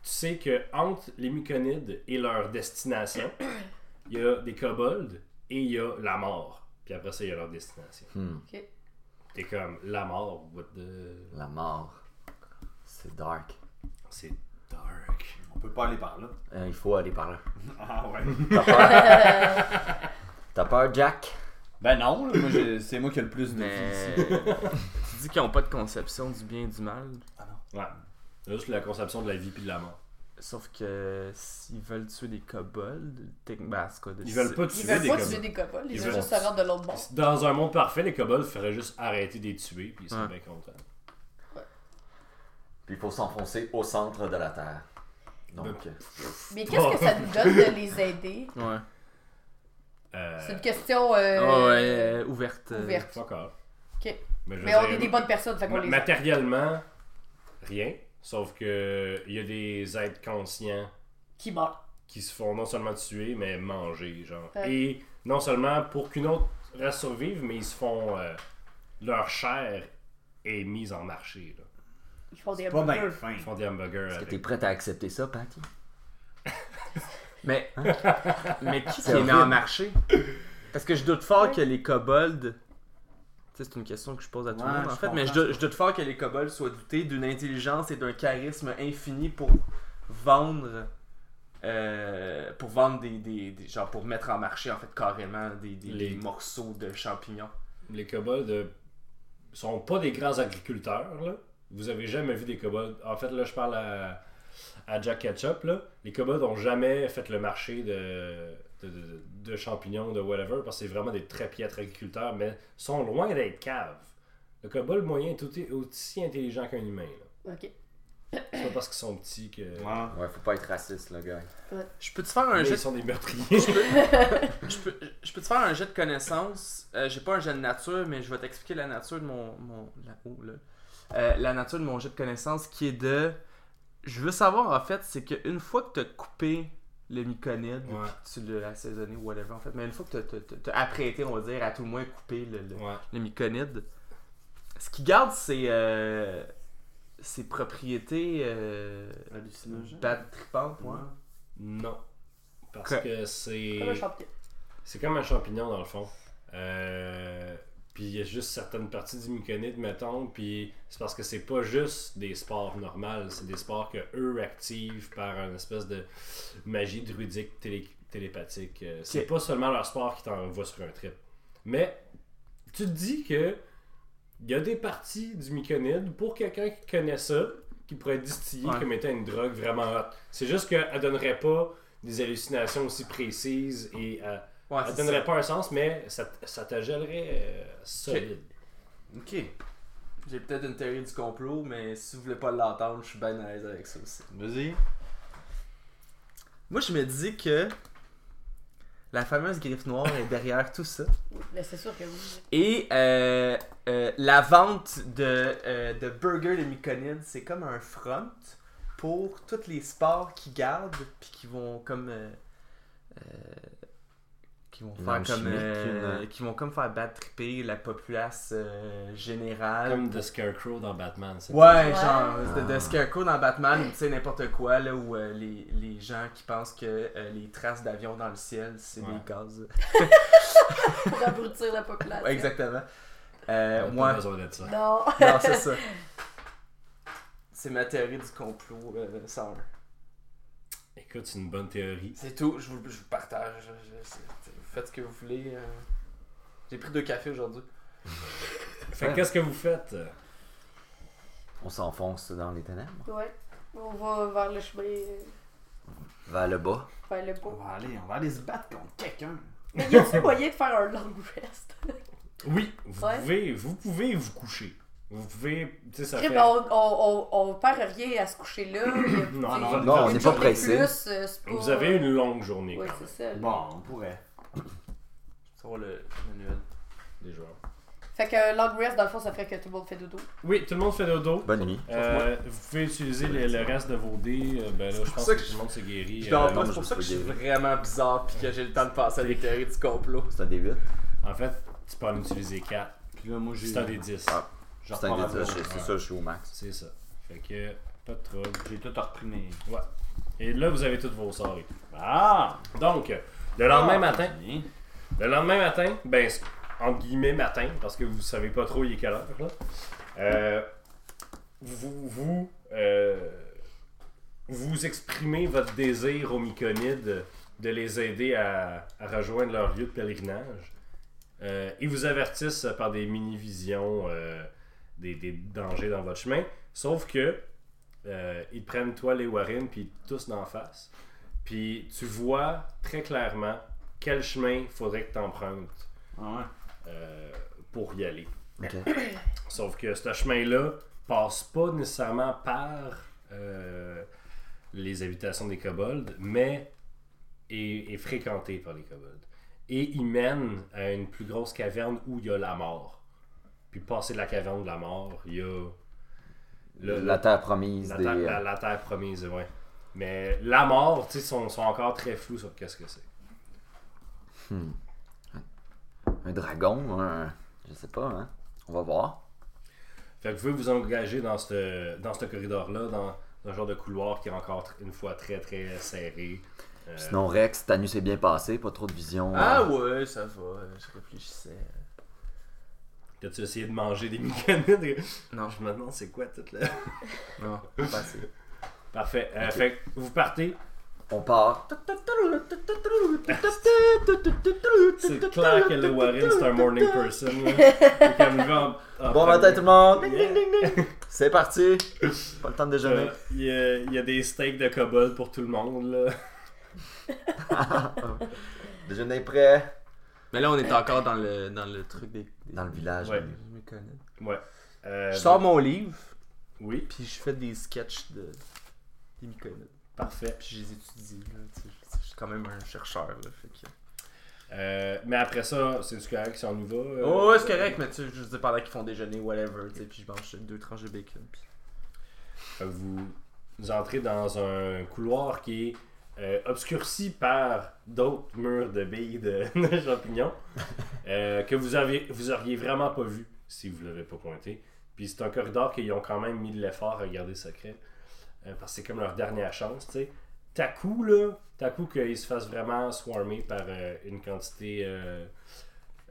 tu sais que entre les Myconides et leur destination, il y a des kobolds et il y a la mort. Puis après ça, il y a leur destination.
Hmm.
Ok.
T'es comme, la mort, what the...
La mort. C'est dark.
C'est dark.
On peut pas aller par là.
Euh, il faut aller par là.
Ah ouais.
T'as peur? T'as peur, Jack?
Ben non, là, moi, j'ai- c'est moi qui ai le plus de vie
Mais.
ici.
tu dis qu'ils n'ont pas de conception du bien et du mal.
Ouais. Juste la conception de la vie puis de la mort.
Sauf que s'ils veulent tuer des kobolds, techniquement, ben, en tout cas,
Ils veulent pas
Ils
tuer
veulent
des
pas
kobolds.
tuer des copains, ils,
Ils
veulent
veulent-
juste se rendre de l'autre bord.
Dans un monde parfait, les kobolds feraient juste arrêter de les tuer puis ils seraient
Ouais.
bien contents.
Puis il faut s'enfoncer au centre de la Terre. Donc,
Ben,
euh,
Mais qu'est-ce que ça nous donne de les aider
Ouais.
Euh,
C'est une question
Ouais,
euh,
ouais, euh, ouverte. euh,
ouverte.
fuck off.
Ok.
je
Mais
veux
on
dire,
est des bonnes personnes, fait qu'on
ma-
les aide.
Matériellement, rien. Sauf que il y a des êtres conscients
qui meurent.
qui se font non seulement tuer, mais manger, genre.
Ouais.
Et non seulement pour qu'une autre race survive, mais ils se font. euh, leur chair est mise en marché, là.
Ils font des
Pas bien
hamburgers.
fin.
Ils font des hamburgers
est-ce que
avec.
t'es prête à accepter ça, Patty?
Mais, mais qui
C'est
qui est mis en
horrible.
marché Parce que je doute fort que les kobolds. Tu sais, c'est une question que je pose à tout le
Ouais,
monde en
je
fait, mais je
comprends.
doute, je doute fort que les kobolds soient dotés d'une intelligence et d'un charisme infini pour vendre. euh, pour vendre des, des, des- genre pour mettre en marché en fait carrément des, des-
Les-
des morceaux de champignons
les kobolds euh, sont pas des grands agriculteurs, là. Vous avez jamais vu des kobolds. En fait, là, je parle à, à Jack Ketchup, là. Les kobolds n'ont jamais fait le marché de, de, de- de champignons, de whatever, parce que c'est vraiment des très piètres agriculteurs, mais sont loin d'être caves. Le kobold moyen est tout est aussi intelligent qu'un humain, là.
Ok.
C'est pas parce qu'ils sont petits que...
Ouais.
Ouais, faut pas être raciste, le gars.
je peux te faire un
Mais
jet
ils sont des meurtriers.
je peux, je peux te faire un jet de connaissance. Euh, j'ai pas un jet de nature, mais je vais t'expliquer la nature de mon. mon- la, oh, là. Euh, la nature de mon jet de connaissance qui est de. Je veux savoir en fait, c'est qu'une fois que t'as coupé le myconide,
Ouais.
puis tu l'as assaisonné ou whatever en fait, mais une fois que t'as- t'as- t'as t'as apprêté, on va dire, à tout le moins coupé le, le,
Ouais.
le myconide, ce qui garde c'est. euh, ses propriétés euh,
Hallucinogène.
bad tripantes, ouais.
Non. Parce
Que-
que c'est...
Comme un champion.
C'est comme un champignon dans le fond. Euh, puis il y a juste certaines parties du myconide, mettons, puis c'est parce que c'est pas juste des sports normales, c'est des sports que eux activent par une espèce de magie druidique télé- télépathique. Euh, C'est
Ok.
pas seulement leur sport qui t'envoie sur un trip. Mais tu te dis que il y a des parties du myconide pour quelqu'un qui connaît ça, qui pourrait distiller
Ouais.
comme étant une drogue vraiment hot. C'est juste qu'elle donnerait pas des hallucinations aussi précises et euh,
Ouais,
elle
c'est ça.
donnerait pas un sens, mais ça, t- ça te gèlerait euh, solide.
Ok.
J'ai peut-être une théorie du complot, mais si vous voulez pas l'entendre, je suis bien à l'aise avec ça aussi.
Vas-y.
Moi, je me dis que la fameuse griffe noire est derrière tout ça.
Mais c'est sûr que oui.
Et euh, euh, la vente de, euh, de burgers de Myconide, c'est comme un front pour tous les sports qui gardent puis qui vont comme euh, euh, qui vont
Une
faire
arme
comme
chimique,
euh,
une-
qui vont comme faire bad tripper la populace euh, générale.
Comme The Scarecrow dans Batman. c'est
Ouais,
Ouais.
genre euh, de, de Scarecrow dans Batman ou tu sais n'importe quoi là où euh, les, les gens qui pensent que euh, les traces d'avion dans le ciel c'est
Ouais.
des gaz.
Pour abrutir la population.
Ouais, exactement. Euh,
T'as
ouais.
pas besoin de ça.
Non.
Non, c'est ça. C'est ma théorie du complot euh, 101.
Écoute, c'est une bonne théorie.
C'est tout, je vous, je vous partage. je- je- c'est- vous faites ce que vous voulez. euh. J'ai pris deux cafés aujourd'hui.
Fait que qu'est-ce que vous faites euh,
On s'enfonce dans les ténèbres.
Ouais. On va vers le chemin, euh,
Vers le bas.
vers le
On
beau.
va aller, on va aller se battre contre quelqu'un.
Mais y a-tu moyen de faire un long rest?
Oui, vous,
Ouais.
pouvez, vous pouvez vous coucher. Vous pouvez. Tu sais, ça
Après,
fait.
ben, on, on, on, on perd rien à se coucher là.
Non, non,
Une
non, on
journée
n'est pas pressé.
Plus, euh, c'est pas-
Vous avez une longue journée
Ouais,
quand
c'est
même,
ça. là.
Bon, on pourrait.
Sur le manuel.
des joueurs.
Fait que long rest, dans le fond, ça fait que tout le monde fait dodo.
Oui, tout le monde fait dodo.
Bonne nuit.
Euh, vous pouvez utiliser le, le reste de vos dés. euh, Ben là, je
pour
pense
ça
que,
que
tout le monde s'est guéri.
Je
euh,
dors pas,
non,
c'est
moi,
pour
je
ça que
peux
je suis
guérir.
vraiment bizarre puis que j'ai le temps de penser à des théories du complot.
C'est un des 8.
en fait, tu peux en utiliser 4.
Puis là, moi, j'ai.
C'est un des 10.
Ah.
je
C'est un
repars
des
à
dix,
zéro.
je- C'est ça, je suis au max.
C'est ça. Fait que, pas de trouble.
J'ai tout repris mes.
Ouais. Et là, vous avez tous vos sorts. et tout.
Ah!
Donc, le lendemain matin,
Bien.
Le lendemain matin, ben, c'est- entre guillemets matin, parce que vous savez pas trop il est quelle heure, là, euh, vous, vous, euh, vous exprimez votre désir aux Myconides de les aider à, à rejoindre leur lieu de pèlerinage. Euh, ils vous avertissent par des mini-visions euh, des, des dangers dans votre chemin, sauf que euh, ils te prennent toi, les Warren, puis tous d'en face. Puis tu vois très clairement quel chemin faudrait que tu empruntes
Ah ouais.
pour y aller.
Ok.
Sauf que ce chemin-là passe pas nécessairement par euh, les habitations des kobolds, mais est, est fréquenté par les kobolds. Et il mène à une plus grosse caverne où il y a la mort. Puis passer de la caverne de la mort, il y a le-
la terre promise
la,
des. euh,
terre, la- la terre promise, ouais. Mais la mort, tu sais, sont, sont encore très flous sur qu'est-ce que c'est.
Un dragon, un. Je sais pas, hein. On va voir.
Fait que vous pouvez vous engager dans ce dans ce corridor-là, dans, dans un genre de couloir qui est encore tr- une fois très très serré. Euh,
Sinon, Rex, ta nuit s'est bien passée, pas trop de vision.
Ah
euh,
ouais, ça va, euh, je réfléchissais.
T'as-tu essayé de manger des myconides?
Non,
Je me demande c'est quoi toute la...
non, pas assez.
Parfait. Euh, Fait que vous partez.
On part.
C'est clair que le Warren, c'est un morning person. là. Fait qu'elle me va en- en
Bon
premier.
matin tout le monde!
Yeah.
C'est parti! Pas le temps de déjeuner.
Euh, Il y a- il y, a des steaks de kobold pour tout le monde. Là.
Déjeuner prêt.
Mais là, on est encore dans le, dans le truc des. des-
Dans le village.
Ouais.
Je me connais.
Euh,
Je sors mon livre,
Oui,
puis je fais des sketchs de. des Myconides.
parfait.
Puis je les étudie, là. tu sais, je- je suis quand même un chercheur, là. Fait que...
Euh, mais après ça, c'est du correct si on y va. euh?
Oh, ouais, c'est correct, mais tu sais, je veux dire, pendant qu'ils font déjeuner, whatever, tu sais, puis je mange deux tranches de bacon. Puis...
Fait que Vous, Euh, vous entrez dans un couloir qui est euh, obscurci par d'autres murs de billes de, de champignons euh, que vous, avez, vous auriez vraiment pas vu si vous l'avez pas pointé. Puis c'est un corridor qu'ils ont quand même mis de l'effort à garder secret euh, parce que c'est comme leur dernière chance, tu sais. T'as coup, là, t'as coup qu'ils se fassent vraiment swarmer par euh, une quantité euh,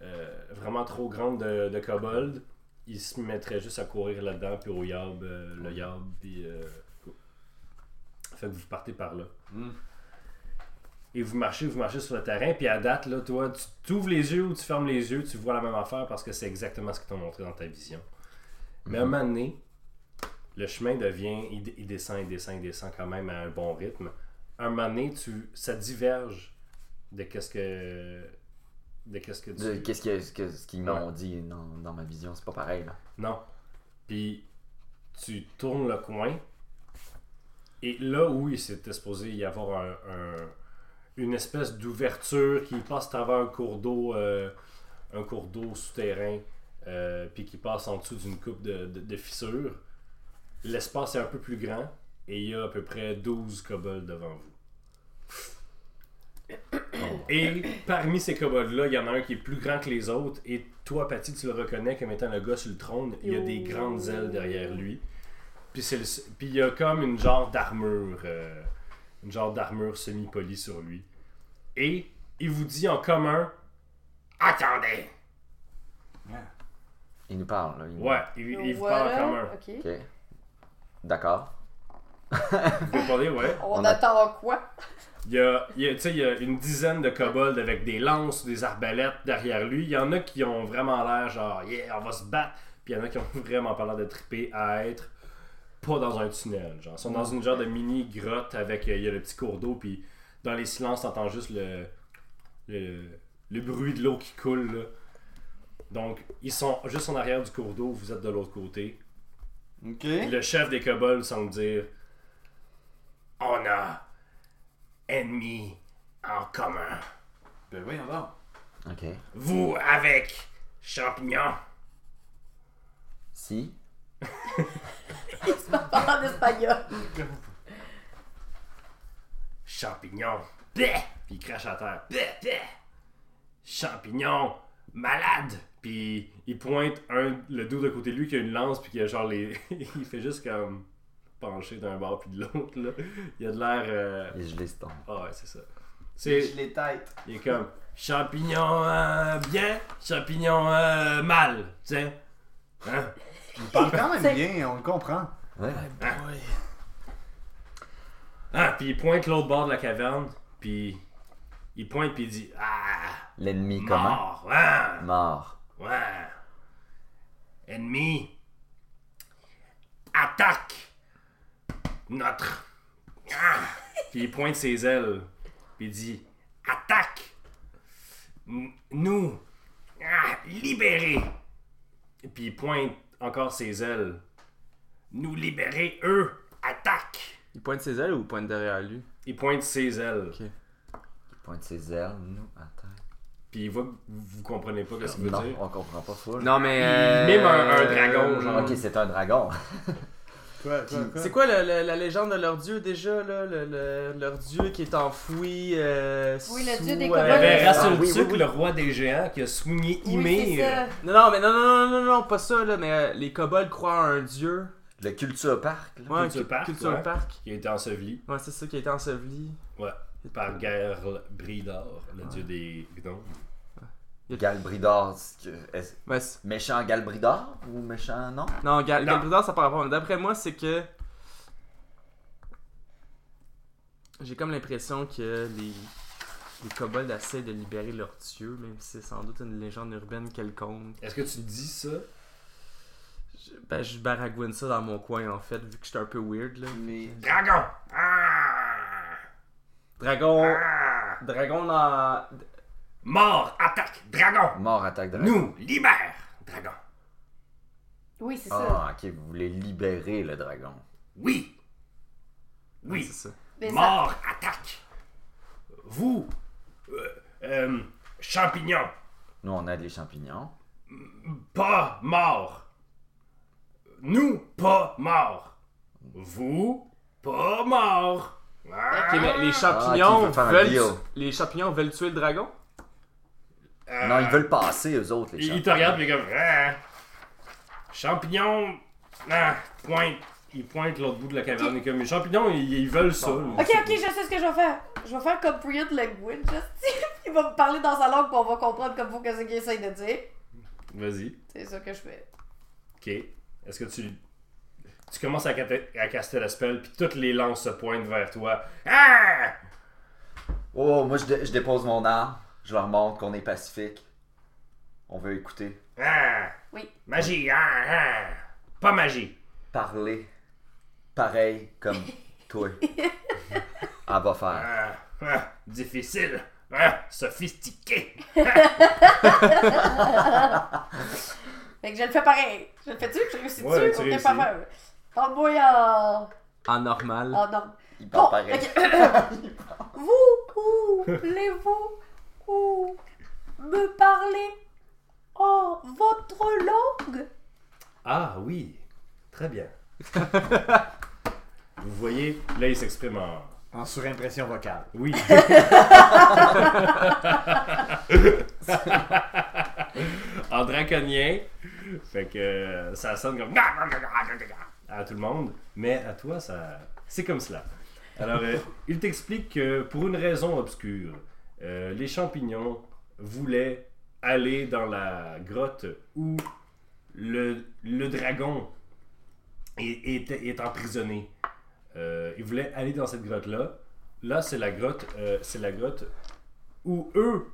euh, vraiment trop grande de, de kobolds il se mettrait juste à courir là-dedans, puis au yab, euh, le yab, puis. euh, Fait que vous partez par là.
Hmm.
et vous marchez, vous marchez sur le terrain, puis à date, là, toi, tu ouvres les yeux ou tu fermes les yeux, tu vois la même affaire parce que c'est exactement ce qu'ils t'ont montré dans ta vision. Mais à un moment donné, le chemin devient, il, d- il descend, il descend, il descend quand même à un bon rythme. À un moment donné, tu, ça diverge de qu'est-ce que, de qu'est-ce que tu...
De- Qu'est-ce que, ce que- ce qu'ils m'ont dit dans, dans ma vision, c'est pas pareil là.
Non. Puis tu tournes le coin. Et là, oui, c'était supposé y avoir un- un- une espèce d'ouverture qui passe à travers un cours d'eau, euh, un cours d'eau souterrain, euh, puis qui passe en dessous d'une coupe de, de- de fissures. L'espace est un peu plus grand et il y a à peu près 12 kobolds devant vous. Et parmi ces kobolds-là, il y en a un qui est plus grand que les autres. Et toi, Patty, tu le reconnais comme étant le gars sur le trône. Il y a des grandes ailes derrière lui. Puis c'est le- puis il y a comme une genre d'armure. euh, une genre d'armure semi-polie sur lui. Et il vous dit en commun Attendez
Il nous parle là. il nous-
Ouais, il, il vous parle
Voilà,
en commun.
OK.
Ok. D'accord.
Vous pouvez parler, ouais.
On,
On a-
attend quoi?
Il y a, il y a- tu sais, il y a une dizaine de kobolds avec des lances, des arbalètes derrière lui. Il y en a qui ont vraiment l'air genre, yeah, on va se battre. Puis il y en a qui ont vraiment pas l'air de triper à être pas dans un tunnel. Genre, ils sont dans une genre de mini grotte avec, euh, il y a le petit cours d'eau. Puis dans les silences, t'entends juste le, le, le bruit de l'eau qui coule. là. Donc, ils sont juste en arrière du cours d'eau, vous êtes de l'autre côté.
Ok.
Puis le chef des kobolds semble dire On a ennemis en commun.
Ben voyons donc.
Ok.
Vous avec champignon.
Si.
Il se parle en espagnol.
Champignon. Bleh! Puis il crache à terre. Bleh, bleh! Champignon. Malade. Puis il pointe un, le dos de côté de lui qui a une lance. Puis qui a genre les. il fait juste comme pencher d'un bord puis de l'autre. là. Il a de l'air. euh,
Et je l'estompe.
Ah ouais, c'est ça. C'est.
Je les têtes.
Il est comme champignon euh, bien, champignon euh, mal, tu sais. Hein?
Il parle quand même
C'est-
bien, on le comprend.
Ouais.
Ah, puis il pointe l'autre bord de la caverne, puis il pointe puis il dit ah
L'ennemi commun.
mort, hein? ouais,
Mort.
ouais. Ennemi, attaque notre. Ah! Puis il pointe ses ailes, puis il dit attaque N- nous Ah, libérer. Et Puis il pointe encore ses ailes. Nous libérer, eux, attaque.
Il pointe ses ailes ou il pointe derrière lui
Il pointe ses ailes.
Il pointe ses ailes, nous, attends.
Puis il voit que vous comprenez pas ce qu'il veut
Non,
dire.
on comprend pas full.
Non, mais. euh,
Il mime un- un dragon, genre.
Ok, c'est un dragon.
Quoi, quoi, quoi?
C'est quoi le- le- la légende de leur dieu déjà, là le, le- Leur dieu qui est enfoui. euh,
Oui, le
sous,
dieu des
euh,
Il y avait
Ah,
Rasseltuk,
oui, oui, oui.
le roi des géants, qui a soigné
Oui, c'est
Ymir.
ça.
Non, non, mais non, non, non, non, non, pas ça, là, mais euh, les kobolds croient à un dieu.
Le culture parc, là.
Ouais,
Culture
un cu-
Park,
Culture
ouais.
Park.
qui a été enseveli
Ouais, c'est ça qui a été enseveli.
Ouais. par Gerl Bridor, le dieu des gnomes.
Galbridor, c'est que- est-ce-
Ouais, c'est-
méchant Galbridor ou méchant non
non, Gal
Non.
Galbridor, ça parle pas. Mais D'après moi, c'est que. J'ai comme l'impression que les. Les kobolds essaient de libérer leur dieu, même si c'est sans doute une légende urbaine quelconque.
Est-ce que tu dis ça
Je- ben, je baragouine ça dans mon coin, en fait, vu que je suis un peu weird, là.
Mais.
Dragon Ah!
Dragon.
Ah!
Dragon dans.
Mort, attaque, dragon
Mort attaque dragon.
Nous, libère, dragon
Oui, c'est ça.
Ah, ok, vous voulez libérer le dragon.
Oui
Ouais,
Oui
C'est ça.
Mais ça-
Mort, attaque Vous, euh, euh, champignon,
Nous, on a des champignons.
pas mort. Nous, pas mort. Vous, pas mort. Ah,
Ok, mais les
Ah, ok,
champignons
il veut faire un
veulent.
deal.
tu- Les champignons veulent tuer le dragon
euh,
Non, ils veulent passer, eux autres, les
Il, il
champignons.
te regarde, puis il est comme. Ah, champignon. Ah, pointe. Il pointe l'autre bout de la caverne. Il est comme. Les champignons, ils, ils veulent ça.
Ok, ok, je sais ce que je vais faire. Je vais faire comprehend language. Justin. Il va me parler dans sa langue, puis on va comprendre comme vous qu'est-ce qu'il essaye de dire.
Vas-y.
C'est ça que je fais.
Ok. Est-ce que tu. Tu commences à, cata- à caster le spell, puis toutes les lances se pointent vers toi. Ah!
Oh, moi, je, dé- je dépose mon arme. Je leur montre qu'on est pacifique. On veut écouter.
Ah,
Oui.
magie, ah, ah. Pas magie.
Parler. Pareil comme toi. Elle va faire.
Ah, ah, difficile. Ah, sophistiqué.
Fait que je le fais pareil. Je le fais-tu? Je réussis-tu?
Ouais, tu
On
réussis.
pas peur. Parle-moi en...
En normal.
en ordre.
Il
Bon,
parle pareil.
ok. vous, voulez-vous ou me parler en votre langue?
Ah oui, très bien. Vous voyez, là il s'exprime en.
En surimpression vocale.
Oui. en draconien. Fait que euh, ça sonne comme. à tout le monde, mais à toi, ça. C'est comme cela. Alors, euh, il t'explique que pour une raison obscure, euh, les champignons voulaient aller dans la grotte où le, le dragon est, est- est emprisonné. Euh, ils voulaient aller dans cette grotte-là. Là, c'est la grotte, euh, c'est la grotte où eux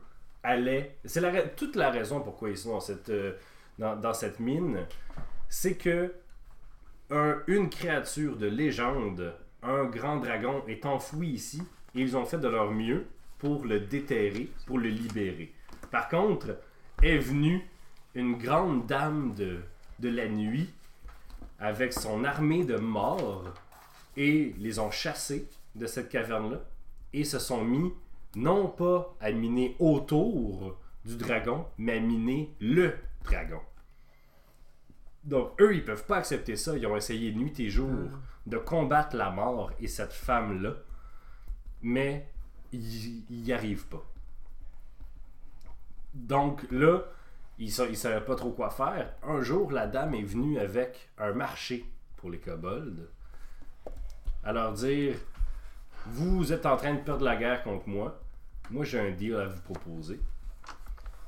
allaient. C'est la ra- toute la raison pourquoi ils sont dans cette, euh, dans, dans cette mine, c'est que un- une créature de légende, un grand dragon, est enfoui ici et ils ont fait de leur mieux pour le déterrer, pour le libérer. Par contre, est venue une grande dame de, de la nuit avec son armée de morts et les ont chassés de cette caverne-là et se sont mis non pas à miner autour du dragon, mais à miner le dragon. Donc, eux, ils peuvent pas accepter ça. Ils ont essayé nuit et jour de combattre la mort et cette femme-là, mais ils ils y arrivent pas. Donc là, ils sa- ils savaient pas trop quoi faire. Un jour, la dame est venue avec un marché pour les kobolds à leur dire Vous êtes en train de perdre la guerre contre moi. Moi, j'ai un deal à vous proposer.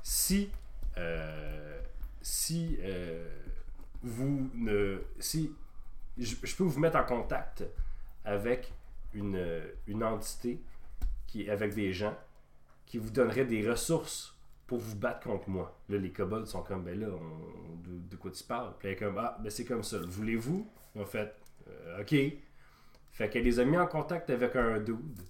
Si. euh, si. euh, vous ne. Si. Je, je peux vous mettre en contact avec une, une entité qui avec des gens qui vous donneraient des ressources pour vous battre contre moi. Là, les kobolds sont comme, ben là, on- on- de, de quoi tu parles? Puis elle est comme, ah, ben c'est comme ça. Voulez-vous? Ils ont fait, Euh, ok. Fait qu'elle les a mis en contact avec un dude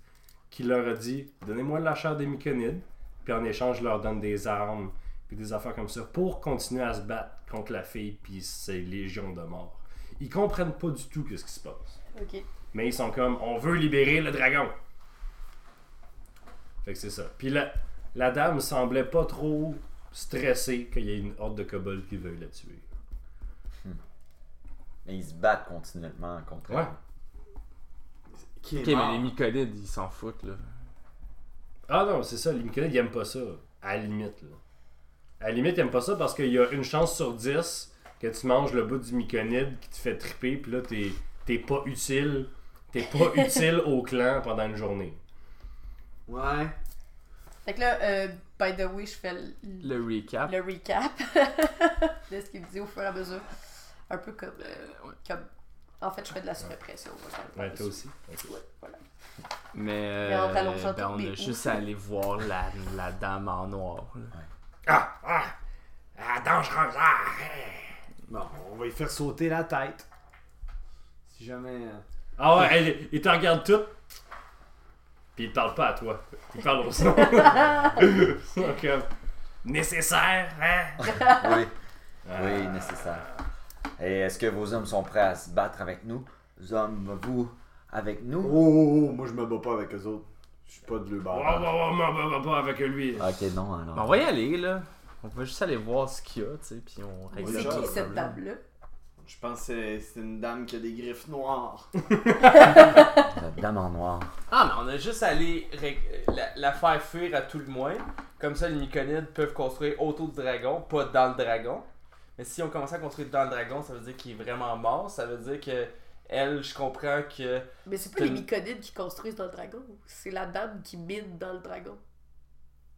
qui leur a dit Donnez-moi de la chair des myconides, puis en échange, je leur donne des armes, puis des affaires comme ça, pour continuer à se battre contre la fille, puis ses légions de morts. Ils comprennent pas du tout ce qui se passe.
Ok.
Mais ils sont comme On veut libérer le dragon. Fait que c'est ça. Puis la, la dame semblait pas trop stressée qu'il y ait une horde de kobolds qui veuille la tuer.
Mais ils se battent continuellement contre
Ouais.
Qui est
Ok, mais
mort.
les myconides, ils s'en foutent, là.
Ah non, c'est ça, les Myconides, ils aiment pas ça. À la limite, là. À la limite, ils aiment pas ça parce qu'il y a une chance sur 10 que tu manges le bout du Myconide qui te fait triper, puis là, t'es, t'es pas utile. T'es pas utile au clan pendant une journée.
Ouais.
Fait que là, euh, by the way, je fais le,
Le recap.
le recap de ce qu'il me dit au fur et à mesure. Un peu comme. euh, comme- En fait, je fais de la surpression.
Ouais, toi aussi. Ok.
Ouais, voilà.
Mais
Mais en
euh,
rallongeant
ben,
toutes
on
les
a juste
houles.
à aller voir la, la dame en noir. là.
Ah! Ah! Ah, dangereuse! Ah!
Bon, on va y faire sauter la tête. Si jamais. euh,
Ah ouais, elle, il te regarde tout. Puis il te parle pas à toi. Il parle au son. Donc, euh, nécessaire, hein?
Oui. Oui, nécessaire. Et est-ce que vos hommes sont prêts à se battre avec nous Hommes, vous, avec
Oh,
nous
oh, oh, moi je me bats pas avec eux autres. Je suis pas de leur
Oh,
bord.
oh, oh, m'en va pas avec lui.
Ok, non, alors.
Ben, on va y aller, là. On va juste aller voir ce qu'il y a, tu sais, puis on règle
C'est
ça,
qui
le
cette
problème.
dame-là?
Je pense que c'est- c'est une dame qui a des griffes noires.
La Euh, dame en noir.
Ah, mais on a juste à aller ré- la, la faire fuir à tout le moins. Comme ça, les myconides peuvent construire autour du dragon, pas dans le dragon. Mais si on commence à construire dans le dragon, ça veut dire qu'il est vraiment mort. Ça veut dire que, elle, je comprends que.
Mais c'est pas
T'as
les
une-
Myconides qui construisent dans le dragon, c'est la dame qui mine dans le dragon.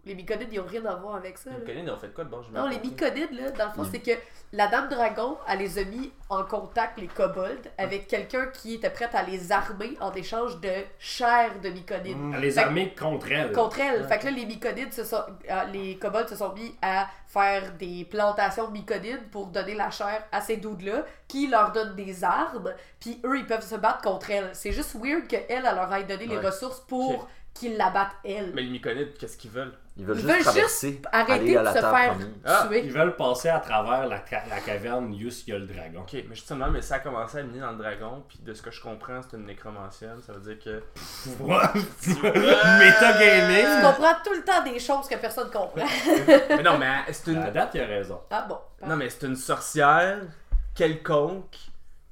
Les myconides, ils ont rien à voir avec ça.
Les
là.
myconides, ont fait quoi de bon? je
Non, les
m'apprends.
myconides, là, dans le fond,
Mm.
c'est que la Dame Dragon, elle les a mis en contact, les kobolds, avec quelqu'un qui était prêt à les armer en échange de chair de myconides.
Elle les
Fait-
armées contre elle.
Contre elle.
Euh, Ouais.
Fait que là, les myconides, se sont, euh, les kobolds se sont mis à faire des plantations de myconides pour donner la chair à ces doudes-là, qui leur donnent des armes, puis eux, ils peuvent se battre contre elle. C'est juste weird qu'elle, elle leur ait donné les
Ouais.
ressources pour
Ok.
qu'ils la battent, elle.
Mais les myconides, qu'est-ce qu'ils veulent?
Ils veulent
Ils
juste
veulent
traverser.
Arrêtez
aller à
de
la
se
table
faire
première.
Ah,
tuer.
Ils veulent passer à travers la, ca- la caverne Yus y a le dragon.
Ok, mais justement, mais ça a commencé à miner dans le dragon, puis de ce que je comprends, c'est une nécromancienne, ça veut dire que.
Tu
Metagaming!
comprends tout le temps des choses que personne comprend.
mais non, mais c'est
À la
une.
date, il a raison.
Ah bon.
Non, mais c'est une sorcière quelconque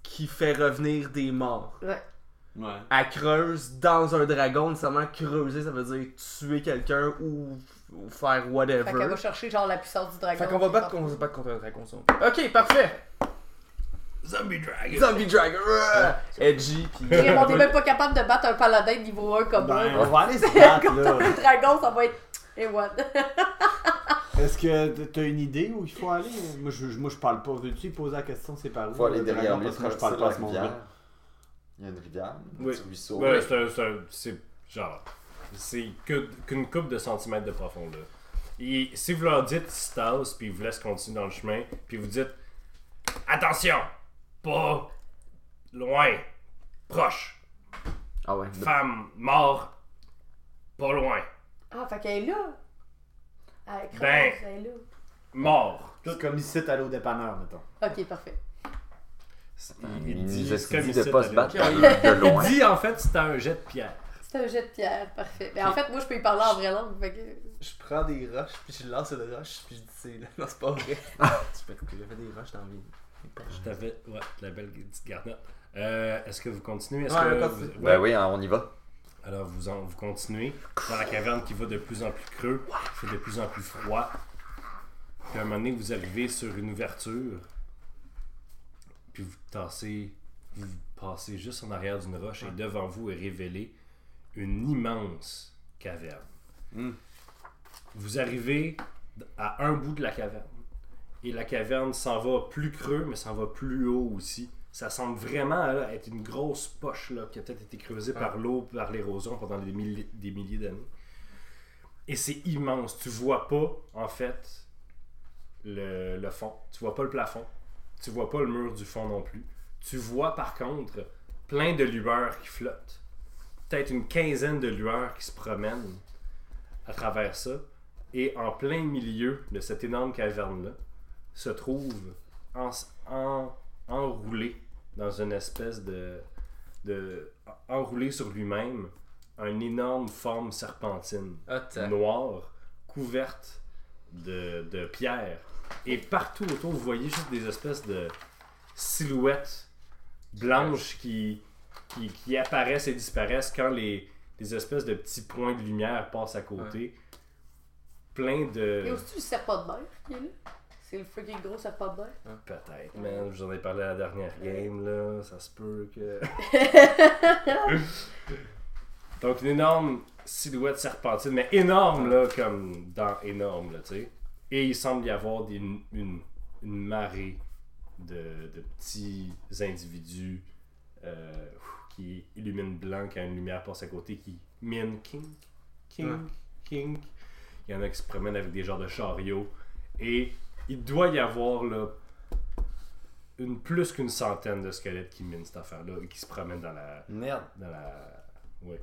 qui fait revenir des morts.
Ouais.
Ouais.
Elle creuse dans un dragon, nécessairement creuser, ça veut dire tuer quelqu'un ou, ou faire
Fait qu'elle
whatever.
va chercher genre la puissance du dragon.
Fait qu'on va battre, on va se battre contre un dragon. ça. Ok, parfait!
Zombie dragon!
Zombie dragon! Edgy, pis.
Et on est même pas capable de battre un paladin niveau 1 comme
Ben,
moi.
on va aller se battre, là.
Le dragon, ça va être. Et what?
Est-ce que t'as une idée où il faut aller Moi, je, moi, je parle pas. Veux-tu poser la question C'est par où
Faut aller
le
derrière
dragon,
lui,
parce que moi, je parle
traverser
pas à
la
ce moment-là.
rivière. Il y a une rivière, un
Oui.
petit ruisseau.
Ouais, c'est un- c'est un- c'est genre. C'est que- qu'une coupe de centimètres de profondeur. Et si vous leur dites stance, puis vous laissez continuer dans le chemin, puis vous dites attention, pas loin, proche,
Ah ouais.
femme, mort, pas loin,
Ah, fait qu'elle est là. Elle est
Ben.
creuse, elle est là.
mort.
C'est comme ici, t'as l'eau dépanneur, mettons.
Ok, parfait.
Il nous
disent
a dit de
ici,
pas
t'as
se
des-
battre
Ok,
de
Il
loin.
dit en fait c'est un jet de pierre.
C'est un jet de pierre, parfait. Mais en fait, moi, je peux y parler en vraie langue. Fait que...
Je prends des roches, puis je lance une roche, puis je dis c'est là. Non, c'est pas vrai. tu peux couper, j'avais des roches dans mes. mes poches.
Je t'avais. Ouais, la belle petite garnotte. Euh, Est-ce que vous continuez Est-ce
Ouais,
que
on
vous-
continue.
ouais.
Ben oui, hein, on y va.
Alors vous, en- vous continuez dans la caverne qui va de plus en plus creux, c'est de plus en plus froid. Puis à un moment donné, vous arrivez sur une ouverture, puis vous tassez, vous passez juste en arrière d'une roche et devant vous est révélée une immense caverne.
Hmm.
Mm.
Vous arrivez à un bout de la caverne et la caverne s'en va plus creux, mais s'en va plus haut aussi. Ça semble vraiment là, être une grosse poche là, qui a peut-être été creusée par l'eau, par l'érosion pendant des milli- des milliers d'années. Et c'est immense. Tu vois pas, en fait, le, le fond. Tu vois pas le plafond. Tu vois pas le mur du fond non plus. Tu vois, par contre, plein de lueurs qui flottent. Peut-être une quinzaine de lueurs qui se promènent à travers ça. Et en plein milieu de cette énorme caverne-là, se trouve en, en- enroulé dans une espèce de, de enroulé sur lui-même une énorme forme serpentine
Attends.
noire couverte de, de pierres et partout autour vous voyez juste des espèces de silhouettes blanches qui, qui, qui apparaissent et disparaissent quand les, les espèces de petits points de lumière passent à côté plein de
Et aussi le serpent de mer qui est là. C'est le freaking gros serpent de mer.
Peut-être, man. Je vous en ai parlé à la dernière game, là. Ça se peut que. Donc, une énorme silhouette serpentine, mais énorme, là, comme dans énorme, là, tu sais. Et il semble y avoir des- une, une marée de, de petits individus euh, qui illuminent blanc quand une lumière passe à côté, qui mine king, king,
Ouais.
king. Il y en a qui se promènent avec des genres de chariots. Et il doit y avoir, là, une plus qu'une centaine de squelettes qui minent cette affaire-là et qui se promènent dans la.
Merde.
Dans la... Oui.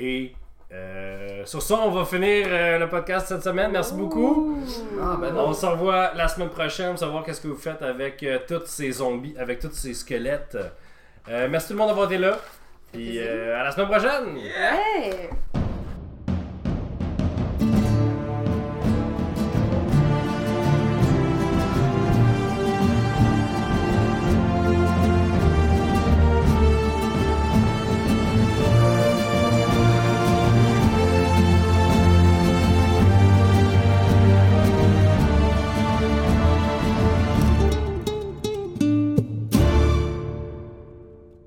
Et euh, sur ça, on va finir euh, le podcast cette semaine. Merci beaucoup.
Ah, ben non.
On se revoit la semaine prochaine pour savoir qu'est-ce que vous faites avec euh, tous ces zombies, avec tous ces squelettes. Euh, merci tout le monde d'avoir été là. Puis
plaisir.
euh, à la semaine prochaine!
Ouais!